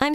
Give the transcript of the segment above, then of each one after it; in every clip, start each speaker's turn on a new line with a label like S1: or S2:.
S1: I'm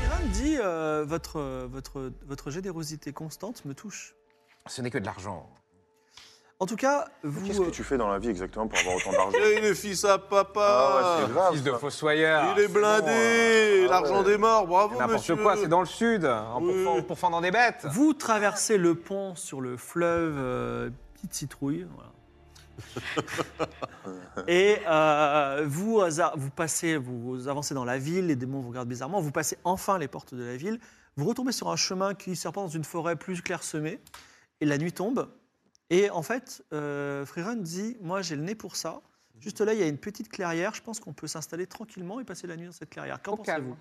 S2: Perrin me dit euh, votre, euh, votre, votre générosité constante me touche.
S3: Ce n'est que de l'argent.
S2: En tout cas, vous.
S4: Qu'est-ce que
S2: euh,
S4: tu fais dans la vie exactement pour avoir autant d'argent
S5: Eh, il est fils à
S4: Ah
S5: papa
S4: ouais, c'est grave.
S3: Fils de
S4: ça.
S3: fossoyeur.
S5: Il est
S3: c'est
S5: blindé
S3: bon, euh, ah
S5: L'argent
S3: ouais.
S5: des morts, bravo
S3: N'importe
S5: monsieur
S3: quoi, c'est dans le sud, en
S5: Oui.
S3: pourfendant- pourfendant des bêtes.
S2: Vous traversez le pont sur le fleuve euh, Petite Citrouille. voilà. Et euh, vous, hasard- vous passez, vous, vous avancez dans la ville, les démons vous regardent bizarrement, vous passez enfin les portes de la ville, vous retombez sur un chemin qui serpente dans une forêt plus clairsemée, et la nuit tombe. Et en fait, euh, Freerun dit Moi j'ai le nez pour ça. Juste là, il y a une petite clairière, je pense qu'on peut s'installer tranquillement et passer la nuit dans cette clairière. Qu'en
S3: Au calme.
S2: pensez-vous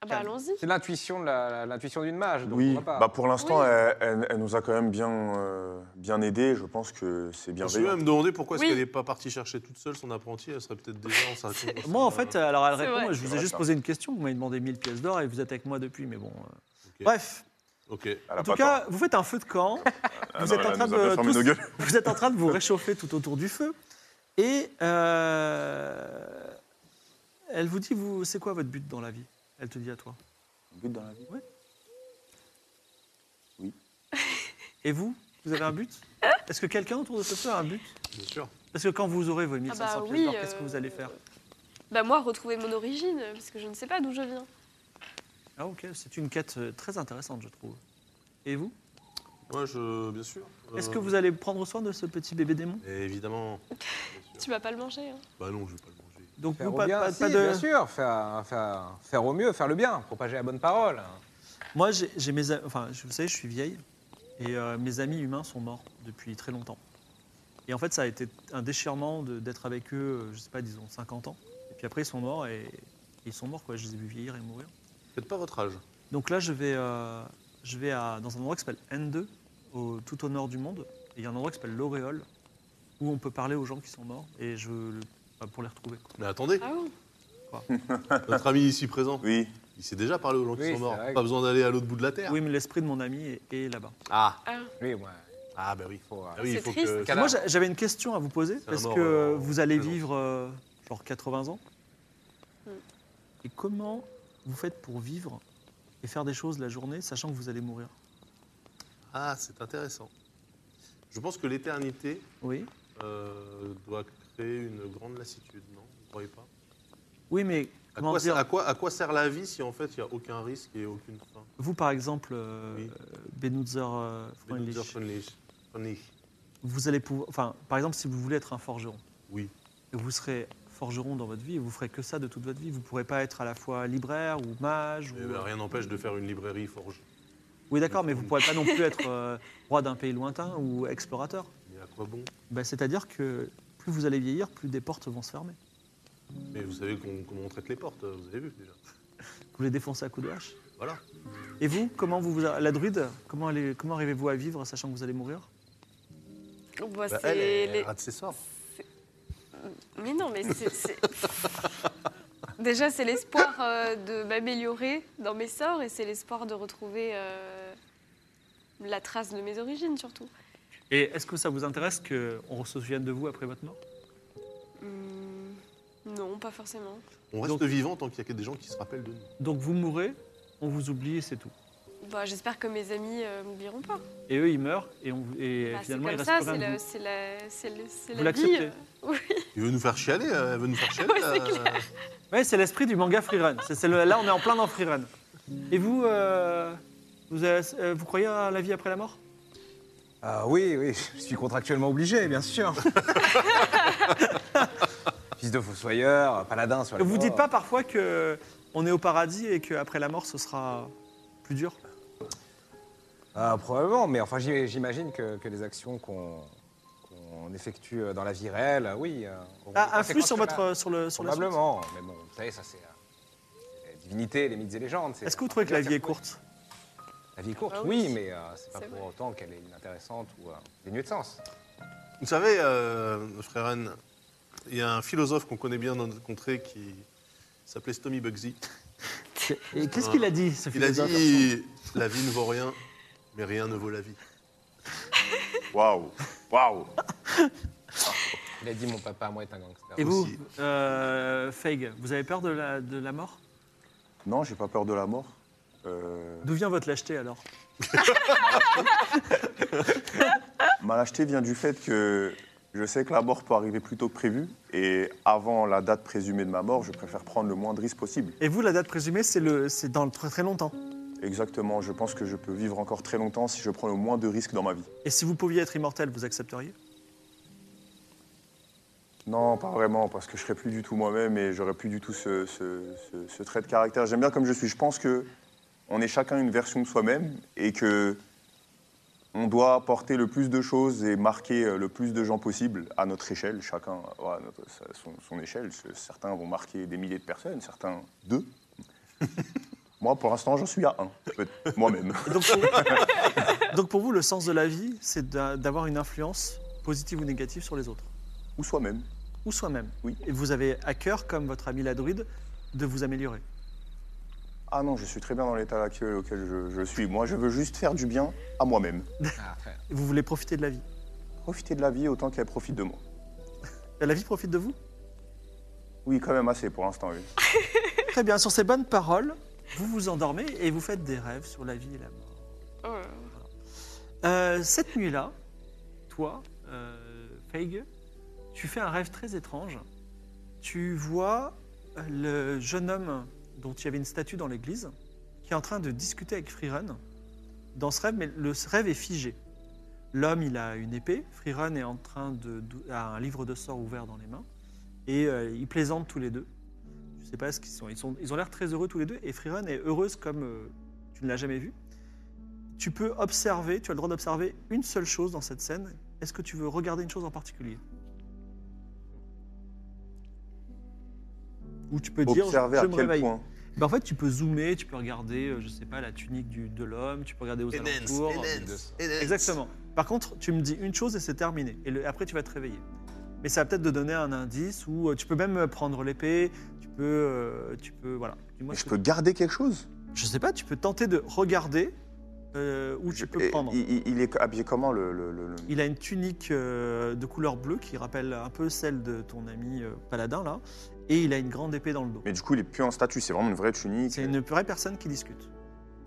S6: Ah bah allons-y.
S3: C'est l'intuition de la- l'intuition d'une mage. Donc
S4: Oui,
S3: on va pas.
S4: bah pour l'instant,
S6: Oui.
S4: elle, elle- elle nous a quand même bien, euh, bien aidés. Je pense que c'est
S5: Je me suis
S4: bienveillant.
S5: même demandé pourquoi
S6: Oui.
S5: est-ce qu'elle n'est pas partie chercher toute seule son apprenti, elle serait peut-être déjà en sa-
S2: Moi, en fait, euh, alors elle
S6: C'est
S2: répond,
S6: vrai.
S2: moi, je vous
S4: C'est
S2: ai
S4: vrai,
S2: juste
S4: ça.
S2: posé une question, vous m'avez demandé 1000 pièces d'or et vous êtes avec moi depuis, mais bon. euh,
S5: Ok.
S2: Bref,
S5: Ok.
S4: Elle a
S2: en tout
S4: pas
S2: cas,
S4: tort.
S2: vous faites un feu de camp,
S4: Ah
S2: vous
S4: non,
S2: êtes en
S4: elle
S2: train
S4: nous a bien
S2: de
S4: fermé
S2: tous-
S4: nos gueules.
S2: vous êtes en train de vous réchauffer tout autour du feu, et euh, elle vous dit, vous, c'est quoi votre but dans la vie Elle te dit à toi.
S4: But dans la vie.
S2: Et vous, vous avez un but
S6: Hein
S2: Est-ce que quelqu'un autour de ce feu a un but
S5: Bien sûr.
S2: Parce que quand vous aurez vos 1500
S6: bah
S2: pièces d'or,
S6: oui,
S2: qu'est-ce que vous allez
S6: euh,
S2: faire
S6: Bah moi, retrouver mon origine, parce que je ne sais pas d'où je viens.
S2: Ah ok, c'est une quête euh, très intéressante, je trouve. Et vous
S5: Moi, je. Bien sûr.
S2: Est-ce
S5: Euh,
S2: que vous allez prendre soin de ce petit bébé démon
S5: eh, Évidemment.
S6: Tu vas pas le manger. Hein.
S5: Bah non, je vais pas le manger.
S2: Donc
S3: Faire
S2: vous,
S3: au
S2: pas,
S3: bien,
S2: pas-
S3: si,
S2: pas de...
S3: bien sûr, faire, faire- faire au mieux, faire le bien, propager la bonne parole.
S2: Moi, j'ai j'ai mes, a- enfin, je- vous savez, je suis vieille et euh, mes amis humains sont morts depuis très longtemps. Et en fait, ça a été un déchirement de- d'être avec eux, euh, je sais pas, disons 50 ans. Et puis après, ils sont morts et, et ils sont morts quoi. Je les ai vus vieillir et mourir.
S5: Faites pas votre âge.
S2: Donc là, je vais, euh, je vais à- dans un endroit qui s'appelle N2, au- tout au nord du monde. Et il y a un endroit qui s'appelle l'Auréole où on peut parler aux gens qui sont morts et je le- bah, pour les retrouver. quoi.
S5: Mais attendez,
S6: Ah bon
S2: Ah.
S5: notre ami ici présent,
S4: Oui.
S5: il s'est déjà parlé aux gens
S3: Oui,
S5: qui sont
S3: c'est
S5: morts.
S3: vrai.
S5: Pas besoin d'aller à l'autre bout de la terre.
S2: Oui, mais l'esprit de mon ami est, est là-bas.
S5: Ah,
S6: Ah.
S3: Oui, moi.
S5: ah bah oui.
S3: Faut, euh,
S5: Ah oui, il
S6: C'est
S5: faut
S6: triste.
S5: que.
S2: Moi,
S3: Cadavre.
S2: j'a- j'avais une question à vous poser,
S5: un
S2: parce
S5: mort,
S2: que
S5: euh,
S2: vous allez
S5: plaisant.
S2: vivre euh, genre 80 ans.
S6: Mm.
S2: Et comment vous faites pour vivre et faire des choses la journée, sachant que vous allez mourir
S5: Ah, c'est intéressant. Je pense que l'éternité
S2: Oui.
S5: euh, doit créer une grande lassitude, non Vous ne croyez pas
S2: Oui, mais
S5: à
S2: comment
S5: quoi,
S2: dire
S5: à, quoi, à quoi sert la vie si en fait il n'y a aucun risque et aucune fin
S2: Vous, par exemple, euh,
S5: Oui.
S2: euh, Benutzer euh, Freundlich,
S5: Benutzer Freundlich. Freundlich.
S2: vous allez pouvoir. Enfin, par exemple, si vous voulez être un forgeron,
S5: Oui.
S2: vous serez forgeron dans votre vie et vous ferez que ça de toute votre vie. Vous ne pourrez pas être à la fois libraire ou mage.
S5: Mais,
S2: ou-
S5: euh, rien n'empêche de faire une librairie forge.
S2: Oui, d'accord, mais vous ne pourrez pas non plus être euh, roi d'un pays lointain ou explorateur.
S5: Mais à quoi bon
S2: Bah, C'est-à-dire que plus vous allez vieillir, plus des portes vont se fermer.
S5: Mais vous savez qu'on- comment on traite les portes, vous avez vu déjà.
S2: Vous les défoncez à coups de hache.
S5: Voilà.
S2: Et vous, comment vous, vous la druide, comment, allez- comment arrivez-vous à vivre sachant que vous allez mourir
S6: Bon, bah,
S5: Bah,
S6: c'est
S5: elle, elle
S6: les-
S5: rate ses sorts.
S6: Mais non, mais c'est. c'est- Déjà, c'est l'espoir euh, de m'améliorer dans mes sorts et c'est l'espoir de retrouver euh, la trace de mes origines surtout.
S2: Et est-ce que ça vous intéresse qu'on se souvienne de vous après votre mort
S6: Hmm, Non, pas forcément.
S5: On reste
S2: Donc-
S5: vivant tant qu'il y a que des gens qui se rappellent de nous.
S2: Donc vous mourrez, on vous oublie et c'est tout.
S6: Bah, J'espère que mes amis euh, m'oublieront pas.
S2: Et eux, ils meurent et, on, et
S6: Bah, c'est
S2: finalement, il
S6: comme
S2: reste
S6: ça,
S2: plus
S6: c'est
S2: rien de
S6: la,
S2: vous.
S6: c'est la, c'est la- c'est
S2: Vous
S6: la vie.
S2: l'acceptez
S6: euh. Oui,
S5: Il veut nous faire chialer, euh, elle veut nous faire chialer.
S6: Ouais, c'est
S5: euh,
S2: Ouais, c'est l'esprit du manga Freerun. C'est- c'est le- là, on est en plein dans Freerun. Et vous, euh, vous, avez- euh, vous croyez à la vie après la mort
S3: Ah oui, oui, je suis contractuellement obligé, bien sûr. Fils de fossoyeur, paladin sur les
S2: Vous
S3: bords.
S2: dites pas parfois que on est au paradis et qu'après la mort, ce sera plus dur
S3: Euh, probablement, mais enfin, j'im- j'imagine que, que les actions qu'on qu'on effectue euh, dans la vie réelle, euh, oui. euh, auront des
S2: Ah, influe sur
S3: conséquences sur la-
S2: votre, sur le, sur la suite.
S3: Probablement, mais bon, vous savez, ça c'est euh, c'est les divinités, les mythes et légendes. c'est-
S2: Est-ce que vous trouvez que la vie est courte
S3: La vie est courte,
S6: Ah oui.
S3: oui, mais euh, c'est pas
S6: C'est
S3: pour
S6: vrai.
S3: autant qu'elle est inintéressante ou euh, dénuée de sens.
S5: Vous savez, euh, frère Anne, il y a un philosophe qu'on connaît bien dans notre contrée qui s'appelait Stomy Bugsy.
S2: Et qu'est-ce qu'il a dit, ce
S5: Il a
S2: philosophe
S5: dit euh, La vie ne vaut rien, mais rien ne vaut la vie.
S4: Waouh Waouh
S3: Il a dit mon papa, moi est un gangster.
S2: Et vous,
S5: Aussi.
S2: euh, Feig, vous avez peur de la, de la mort
S4: Non, j'ai pas peur de la mort. Euh,
S2: D'où vient votre lâcheté alors
S4: ma lâcheté vient du fait que je sais que la mort peut arriver plus tôt que prévu. Et avant la date présumée de ma mort, je préfère prendre le moins de risques possible.
S2: Et vous, la date présumée, c'est le- c'est dans le très très longtemps.
S4: Exactement, je pense que je peux vivre encore très longtemps si je prends le moins de risques dans ma vie.
S2: Et si vous pouviez être immortel, vous accepteriez
S4: Non, pas vraiment, parce que je serais plus du tout moi-même et j'aurais plus du tout ce, ce- ce- ce trait de caractère. J'aime bien comme je suis. Je pense que on est chacun une version de soi-même et que on doit apporter le plus de choses et marquer euh, le plus de gens possible à notre échelle, chacun ouais, à notre- sa- son, son échelle. Parce que Certains vont marquer des milliers de personnes, certains deux. Moi, pour l'instant, j'en suis à un, peut-être, moi-même.
S2: Donc pour, donc pour vous, le sens de la vie, c'est d'a- d'avoir une influence positive ou négative sur les autres,
S4: Ou soi-même.
S2: ou soi-même.
S4: Oui.
S2: Et vous avez à cœur, comme votre ami la druide, de vous améliorer.
S4: Ah non, je suis très bien dans l'état actuel auquel je- je suis. Moi, je veux juste faire du bien à moi-même.
S2: ben-
S3: Ah, frère.
S2: Et vous voulez profiter de la vie.
S4: Profiter de la vie autant qu'elle profite de moi.
S2: La vie profite de vous
S4: Oui, quand même assez pour l'instant, oui.
S2: Très bien, sur ces bonnes paroles, vous vous endormez et vous faites des rêves sur la vie et la mort.
S6: Euh,
S2: Euh, cette nuit-là, toi, euh, Feig, tu fais un rêve très étrange. Tu vois euh, le jeune homme dont il y avait une statue dans l'église qui est en train de discuter avec Freerun dans ce rêve, mais le rêve est figé. L'homme, il a une épée, Freerun est en train de, de- a un livre de sorts ouvert dans les mains et euh, ils plaisantent tous les deux. Je sais pas ce qu'ils sont. Ils, sont, ils ont l'air très heureux tous les deux et Freerun est heureuse comme euh, tu ne l'as jamais vue. Tu peux observer, tu as le droit d'observer une seule chose dans cette scène. Est-ce que tu veux regarder une chose en particulier Ou tu peux dire, je-
S4: Observer
S2: je me
S4: à quel
S2: réveille.
S4: point.
S2: Bah, en fait, tu peux zoomer, tu peux regarder, euh, je sais pas, la tunique du- de l'homme, tu peux regarder aux
S5: Enhance,
S2: alentours.
S5: enhance, enhance.
S2: Exactement. Par contre, tu me dis une chose et c'est terminé. Et le- après, tu vas te réveiller. Mais ça va peut-être te donner un indice ou euh, tu peux même euh, prendre l'épée, tu peux, euh, tu peux, voilà. Dis-moi
S4: Mais
S2: ce
S4: je
S2: que-
S4: peux garder quelque chose
S2: je sais pas, tu peux tenter de regarder euh, où tu peux
S4: Et
S2: prendre.
S4: Il, il- il est habillé comment le. le- le- le-
S2: Il a une tunique euh, de couleur bleue qui rappelle un peu celle de ton ami euh, paladin là, et il a une grande épée dans le dos.
S4: Mais du coup, il est plus en statut, c'est vraiment une vraie tunique.
S2: C'est une vraie personne qui discute.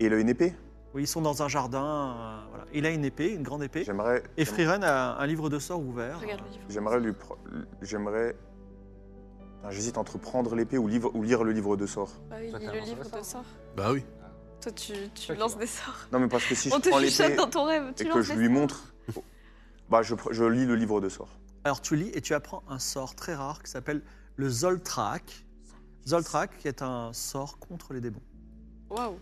S4: Et il a une épée
S2: Oui, ils sont dans un jardin. euh, voilà. Il a une épée, une grande épée.
S4: J'aimerais.
S2: Et Freerun a un livre de sorts ouvert.
S6: oh, regarde le livre.
S4: J'aimerais lui. pr- J'aimerais. Ah, J'hésite entre prendre l'épée ou, livre- ou lire le livre de sorts.
S6: Bah oui,
S3: Toi, t'as
S6: le
S3: lancé
S6: livre
S3: le
S6: de
S3: sort.
S6: sorts.
S5: Bah oui.
S6: Toi, tu, tu
S3: Toi qui
S6: lances
S3: vois.
S6: des sorts.
S4: Non, mais parce que si
S6: On
S4: je
S6: te
S4: prends l'épée
S6: chuchote dans ton rêve. Tu
S4: et
S6: lances
S4: que je
S6: des
S4: lui
S6: sorts.
S4: montre. Bah, je, pr- je lis le livre de sorts.
S2: Alors tu lis et tu apprends un sort très rare qui s'appelle le Zoltrak. Zoltrak qui est un sort contre les démons.
S6: Waouh.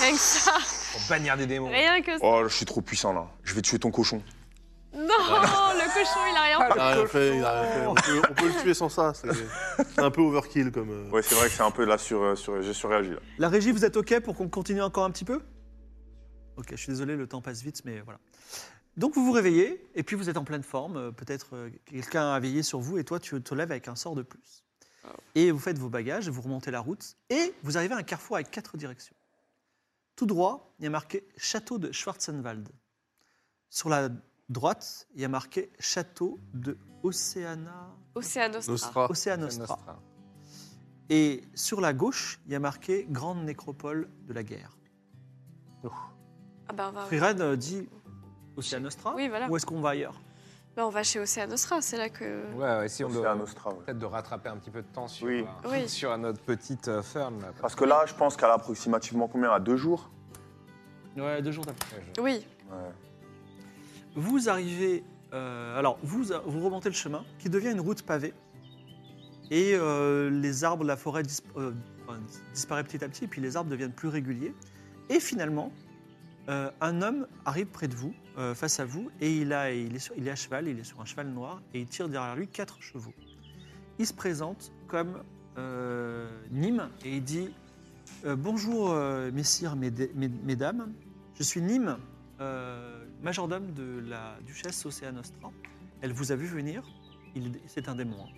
S6: Rien que ça.
S3: Pour bannir des démons.
S6: Rien que ça.
S4: Oh, je suis trop puissant là. Je vais tuer ton cochon. Oh.
S6: Non, le cochon, il a rien
S5: Ah, Il a rien fait, il a rien fait. On peut, on peut le tuer sans ça. C'est c'est un peu overkill comme. euh,
S4: Ouais, c'est vrai que c'est un peu là sur. sur J'ai surréagi là.
S2: La régie, vous êtes OK pour qu'on continue encore un petit peu OK, je suis désolé, le temps passe vite, mais voilà. Donc vous vous réveillez, et puis vous êtes en pleine forme. euh, Peut-être euh, quelqu'un a veillé sur vous, et toi, tu te lèves avec un sort de plus. Et vous faites vos bagages, vous remontez la route, et vous arrivez à un carrefour avec quatre directions. Tout droit, il y a marqué Château de Schwarzenwald. Sur la droite, il y a marqué Château de Oceana... Ah,
S6: Océanostra.
S3: Ah,
S5: Nostra.
S2: Oceanostra. Et sur la gauche, il y a marqué Grande Nécropole de la Guerre.
S6: Ah bah on va.
S2: Freerun euh, dit Oceanostra
S6: Oui, voilà.
S2: Ou est-ce qu'on va ailleurs
S6: Bah on va chez Océanostra, c'est là que.
S3: Ouais, ouais, si on
S4: C'est un
S3: doit
S4: Nostra, ouais.
S3: peut-être de rattraper un petit peu de temps sur,
S4: Oui. Ah.
S3: euh,
S6: Oui.
S3: sur notre petite euh, ferme. Là,
S4: Parce que là, je pense qu'elle a approximativement combien À deux jours
S2: Ouais, deux jours d'après.
S3: que- Ouais, je-
S6: Oui.
S4: Ouais.
S2: Vous arrivez. euh, alors, vous, vous remontez le chemin qui devient une route pavée. Et euh, les arbres, la forêt dis- euh, enfin, disparaît petit à petit, et puis les arbres deviennent plus réguliers. Et finalement, euh, un homme arrive près de vous, euh, face à vous, et il, a, il, est sur- il est à cheval, il est sur un cheval noir, et il tire derrière lui quatre chevaux. Il se présente comme euh, Nîmes, et il dit euh, Bonjour, euh, messires, mesde- mes- mesdames, je suis Nîmes, euh, majordome de la duchesse Océanostra. Elle vous a vu venir, Il- c'est un démon. hein.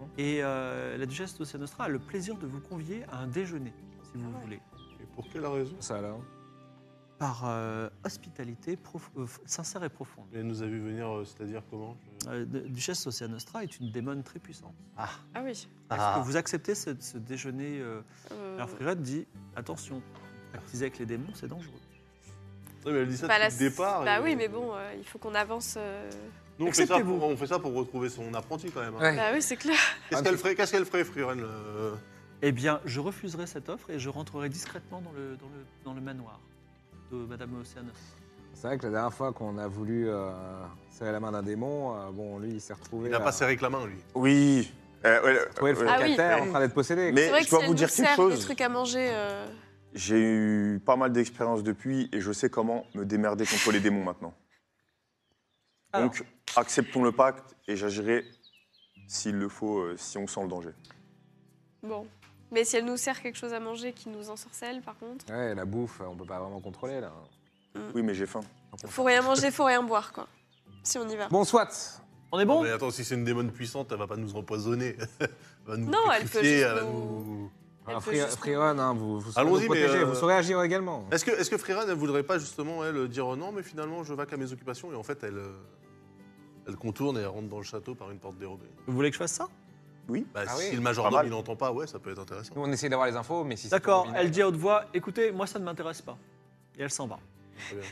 S6: Mhm.
S2: Et euh, la duchesse d'Océanostra a le plaisir de vous convier à un déjeuner, si
S6: Ah
S2: vous voulez
S5: Et pour quelle raison
S3: Ça alors
S2: par euh, hospitalité prof- euh, sincère et profonde.
S5: Elle nous a vu venir, euh, c'est-à-dire comment Je-
S2: Euh, de- Duchesse Océanostra est une démone très puissante.
S6: Ah oui.
S2: Est-ce que vous acceptez ce, ce déjeuner euh,
S6: Euh,
S2: Alors Frérette dit attention, pactiser avec les démons, c'est dangereux.
S5: Ouais, mais elle dit ça
S6: bah, la-
S5: depuis le départ.
S6: Bah
S5: et-
S6: oui, mais bon, euh, il faut qu'on avance. euh.
S5: Nous, on fait, ça
S2: acceptez-vous.
S5: pour, on fait ça pour retrouver son apprenti quand même. hein.
S3: Ouais.
S6: Bah oui, c'est clair.
S5: Qu'est-ce qu'elle ferait, qu'est-ce qu'elle ferait, Frieren euh,
S2: Eh bien, je refuserai cette offre et je rentrerai discrètement dans le, dans le, dans le manoir de Madame Océanostra.
S3: C'est vrai que la dernière fois qu'on a voulu euh, serrer la main d'un démon, euh, bon, lui, il s'est retrouvé.
S5: Il n'a
S3: à-
S5: pas serré que la main, lui.
S4: Oui. Euh, ouais,
S3: retrouvé le
S4: euh,
S6: Ah oui.
S3: fricataire en train d'être possédé.
S4: Mais-
S6: C'est vrai
S4: je
S6: que
S4: dois
S6: si
S4: vous
S6: elle
S4: dire
S6: nous
S4: qu'une
S6: sert
S4: chose.
S6: des trucs à manger. euh,
S4: J'ai eu pas mal d'expérience depuis et je sais comment me démerder contre les démons maintenant. Donc, acceptons le pacte et j'agirai s'il le faut, euh, si on sent le danger.
S6: Bon. Mais si elle nous sert quelque chose à manger qui nous ensorcelle, par contre.
S3: Ouais, la bouffe, on peut pas vraiment contrôler là.
S4: Oui, mais j'ai faim.
S6: Faut rien manger, faut rien boire, quoi. Si on y va.
S3: Bon, soit.
S2: On est
S5: Non,
S2: bon
S5: mais attends, si c'est une démone puissante, elle va pas nous empoisonner. elle va nous
S6: Non, elle peut
S5: pétrifier,
S6: juste
S5: elle va
S6: nous-
S5: nous-
S6: Elle
S3: Alors,
S6: peut
S3: Fri-
S6: juste-
S3: Friron, hein, vous, vous saurez
S5: Allons-y,
S3: vous
S5: mais,
S3: protéger,
S5: euh, Hein
S3: vous saurez agir également.
S5: Est-ce que, est que Frieren, elle voudrait pas justement, elle, dire euh, non, mais finalement, je vaque à mes occupations et en fait, elle, euh, elle contourne et elle rentre dans le château par une porte dérobée
S2: Vous voulez que je fasse ça
S4: Oui.
S5: Bah,
S3: Ah
S5: si
S3: oui,
S5: le
S4: pas
S5: majordome
S4: mal.
S5: il n'entend pas, ouais, ça peut être intéressant.
S3: Nous, on essaie d'avoir les infos, mais si c'est
S2: D'accord,
S3: trop
S2: elle
S3: binariste-
S2: dit à haute voix écoutez, moi ça ne m'intéresse pas. Et elle s'en va.
S5: Très bien.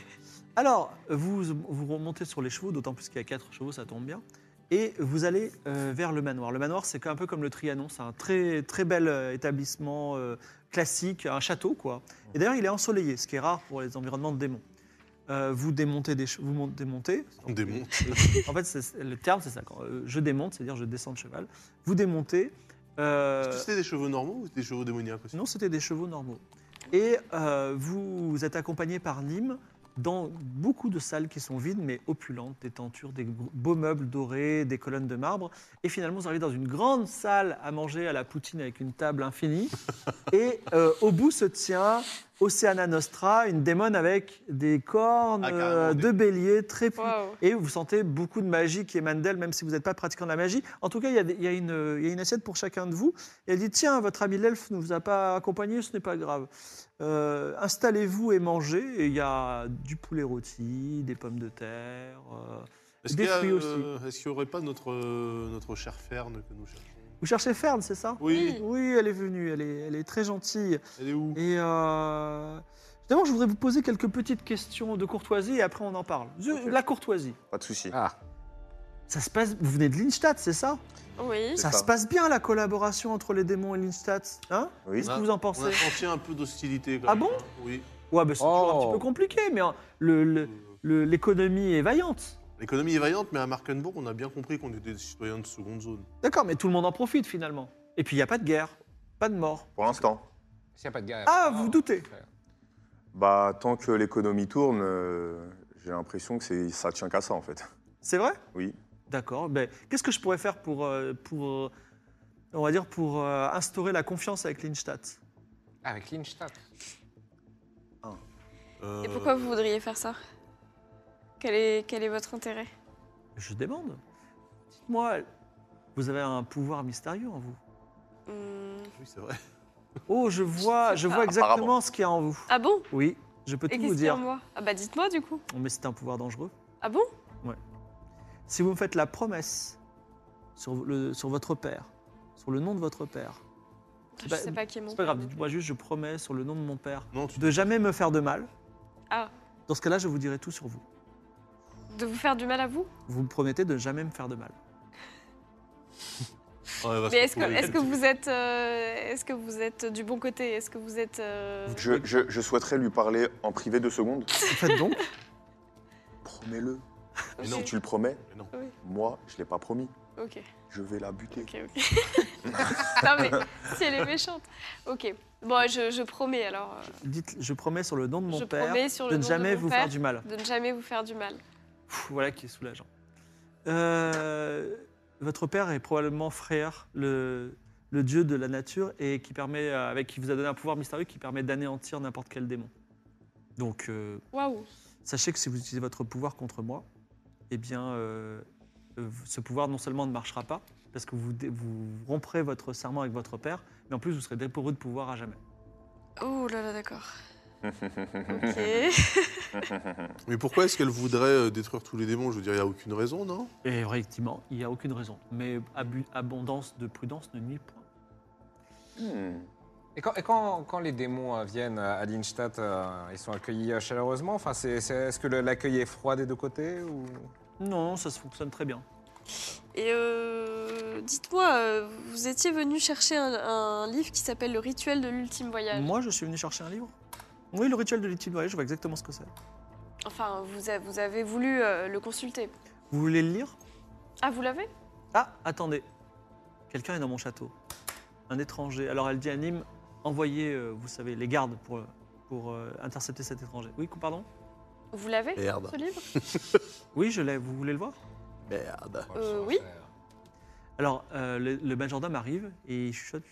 S2: Alors, vous, vous remontez sur les chevaux, d'autant plus qu'il y a quatre chevaux, ça tombe bien. Et vous allez euh, vers le manoir. Le manoir, c'est un peu comme le Trianon, c'est un très, très bel euh, établissement euh, classique, un château, quoi. Et d'ailleurs, il est ensoleillé, ce qui est rare pour les environnements de démons. Euh, vous démontez des che- vous mont- démontez.
S5: On démonte.
S2: En fait, c'est- le terme, c'est ça. quand, euh, je démonte, c'est-à-dire je descends de cheval. Vous démontez. euh,
S5: Est-ce que c'était des chevaux normaux ou des chevaux démoniaques aussi
S2: non, c'était des chevaux normaux. Et euh, vous êtes accompagné par Nîmes dans beaucoup de salles qui sont vides mais opulentes, des tentures, des gros- beaux meubles dorés, des colonnes de marbre. Et finalement, vous arrivez dans une grande salle à manger à la poutine avec une table infinie. Et euh, au bout se tient Oceana Nostra, une démone avec des cornes
S5: Ah, carrément,
S2: euh,
S5: des-
S2: de bélier très puissantes.
S6: Waouh.
S2: Et vous sentez beaucoup de magie qui émane d'elle, même si vous n'êtes pas pratiquant de la magie. En tout cas, il y, a des- il y a une euh, il y a une assiette pour chacun de vous. Et elle dit, tiens, votre ami l'elfe ne vous a pas accompagné, ce n'est pas grave. Euh, Installez-vous et mangez. Et il y a du poulet rôti, des pommes de terre. euh.
S5: Est-ce
S2: Des
S5: qu'il y, a,
S2: fruits aussi.
S5: euh, est-ce qu'il n'y aurait pas notre, euh, notre cher Fern que nous cherchons
S2: Vous cherchez Fern, c'est ça
S5: Oui,
S2: Oui, elle est venue, elle est, elle est très gentille.
S5: elle est où
S2: Et euh, d'abord, je voudrais vous poser quelques petites questions de courtoisie et après on en parle. Je-
S4: Ok.
S2: La courtoisie.
S4: Pas de souci.
S3: Ah,
S2: Ça se passe, vous venez de Lindstadt, c'est ça
S6: Oui.
S4: C'est
S2: Ça
S4: ça.
S2: se passe bien la collaboration entre les démons et Lindstadt, hein
S4: Oui.
S2: Qu'est-ce que vous en
S5: On a
S2: pensez
S5: senti un peu d'hostilité. quand
S2: Ah
S5: même,
S2: bon
S5: hein. Oui.
S2: Ouais, bah, c'est toujours un
S3: Oh.
S2: petit peu compliqué, mais hein, le- le- le- l'économie est vaillante.
S5: L'économie est vaillante, mais à Markenbourg, on a bien compris qu'on était des citoyens de seconde zone.
S2: D'accord, mais tout le monde en profite finalement. Et puis il n'y a pas de guerre, pas de mort.
S4: Pour l'instant.
S3: s'il n'y a pas de guerre.
S2: Ah, vous doutez
S4: Bah, tant que l'économie tourne, euh, j'ai l'impression que c'est- ça tient qu'à ça, en fait.
S2: C'est vrai
S4: Oui.
S2: D'accord, mais qu'est-ce que je pourrais faire pour, euh, pour euh, on va dire, pour euh, instaurer la confiance avec Lindstadt
S3: Ah, Avec Lindstadt.
S5: Euh,
S6: Et pourquoi vous voudriez faire ça quel est, quel est votre intérêt
S2: Je demande. Dites-moi, vous avez un pouvoir mystérieux en vous.
S6: Hum,
S5: Oui, c'est vrai.
S2: Oh, je vois, je vois
S4: Apparemment.
S2: exactement ce qu'il y a en vous.
S6: Ah bon
S2: Oui, je peux
S6: Et
S2: tout
S6: qu'est-ce
S2: vous
S6: qu'il y a en
S2: dire.
S6: moi Ah bah dites-moi du coup.
S2: Oh, Mais c'est un pouvoir dangereux.
S6: Ah bon
S2: Si vous me faites la promesse sur, le, sur votre père, sur le nom de votre père,
S6: Je
S2: Bah,
S6: sais pas qui est mon
S2: c'est pas grave,
S6: père.
S2: dites-moi juste, je promets sur le nom de mon père
S5: Non, tu...
S2: de jamais me faire de mal.
S6: Ah,
S2: Dans ce cas-là, je vous dirai tout sur vous.
S6: de vous faire du mal à vous
S2: Vous me promettez de jamais me faire de mal.
S5: Ah, Ouais, elle va se
S6: Mais est-ce que,
S5: retrouver.
S6: est-ce que vous êtes, euh, est-ce que vous êtes du bon côté Est-ce que vous êtes euh,
S4: Je, je- je souhaiterais lui parler en privé deux secondes.
S2: Faites donc.
S4: Promets-le.
S5: Mais
S6: ok.
S5: non,
S4: Si tu le promets,
S5: Mais non.
S4: moi, je l'ai pas promis.
S6: Ok,
S4: Je vais la buter.
S6: ok, ok. non mais si elle est méchante. Ok. Bon, je, je promets alors euh,
S2: Dites, je promets sur le nom de mon
S6: Je
S2: père
S6: promets sur
S2: de
S6: le
S2: ne
S6: nom de
S2: jamais
S6: mon
S2: vous
S6: père.
S2: faire du mal.
S6: de ne jamais vous faire du mal.
S2: Pff, voilà qui est soulageant. Euh, votre père est probablement Freyr, le, le dieu de la nature, et qui, permet, euh, avec, qui vous a donné un pouvoir mystérieux qui permet d'anéantir n'importe quel démon. Donc, euh,
S6: Waouh.
S2: sachez que si vous utilisez votre pouvoir contre moi, eh bien, euh, euh, ce pouvoir non seulement ne marchera pas, parce que vous, dé- vous romprez votre serment avec votre père, mais en plus, vous serez dépourvu de pouvoir à jamais.
S6: Oh là là, d'accord. Ok.
S5: Mais pourquoi est-ce qu'elle voudrait euh, détruire tous les démons Je veux dire, il n'y a aucune raison, non
S2: Et effectivement, il n'y a aucune raison. Mais abu- abondance de prudence ne nuit point.
S4: Hmm.
S3: Et quand, et quand- quand les démons euh, viennent euh, à Lindstadt, euh, ils sont accueillis euh, chaleureusement enfin, c'est- c'est- Est-ce que le- l'accueil est froid des deux côtés ou...
S6: Euh,
S2: Non, ça se fonctionne très bien.
S6: Et euh, dites-moi, euh, vous étiez venu chercher un, un livre qui s'appelle Le rituel de l'ultime voyage.
S2: Moi, je suis venu chercher un livre. Oui, le rituel de l'ultime voyage, je vois exactement ce que c'est.
S6: Enfin, vous, a- vous avez voulu euh, le consulter.
S2: Vous voulez le lire
S6: Ah, vous l'avez
S2: Ah, attendez. Quelqu'un est dans mon château. Un étranger. Alors, elle dit à Nîmes, envoyez, euh, vous savez, les gardes pour, pour euh, intercepter cet étranger. Oui, pardon
S6: Vous l'avez
S2: Eh
S5: Merde.
S2: bah.
S6: ce livre
S2: Oui, je l'ai. Vous voulez le voir
S5: Merde.
S6: Euh, oui.
S2: Alors, euh, le, le majordome arrive et il chuchote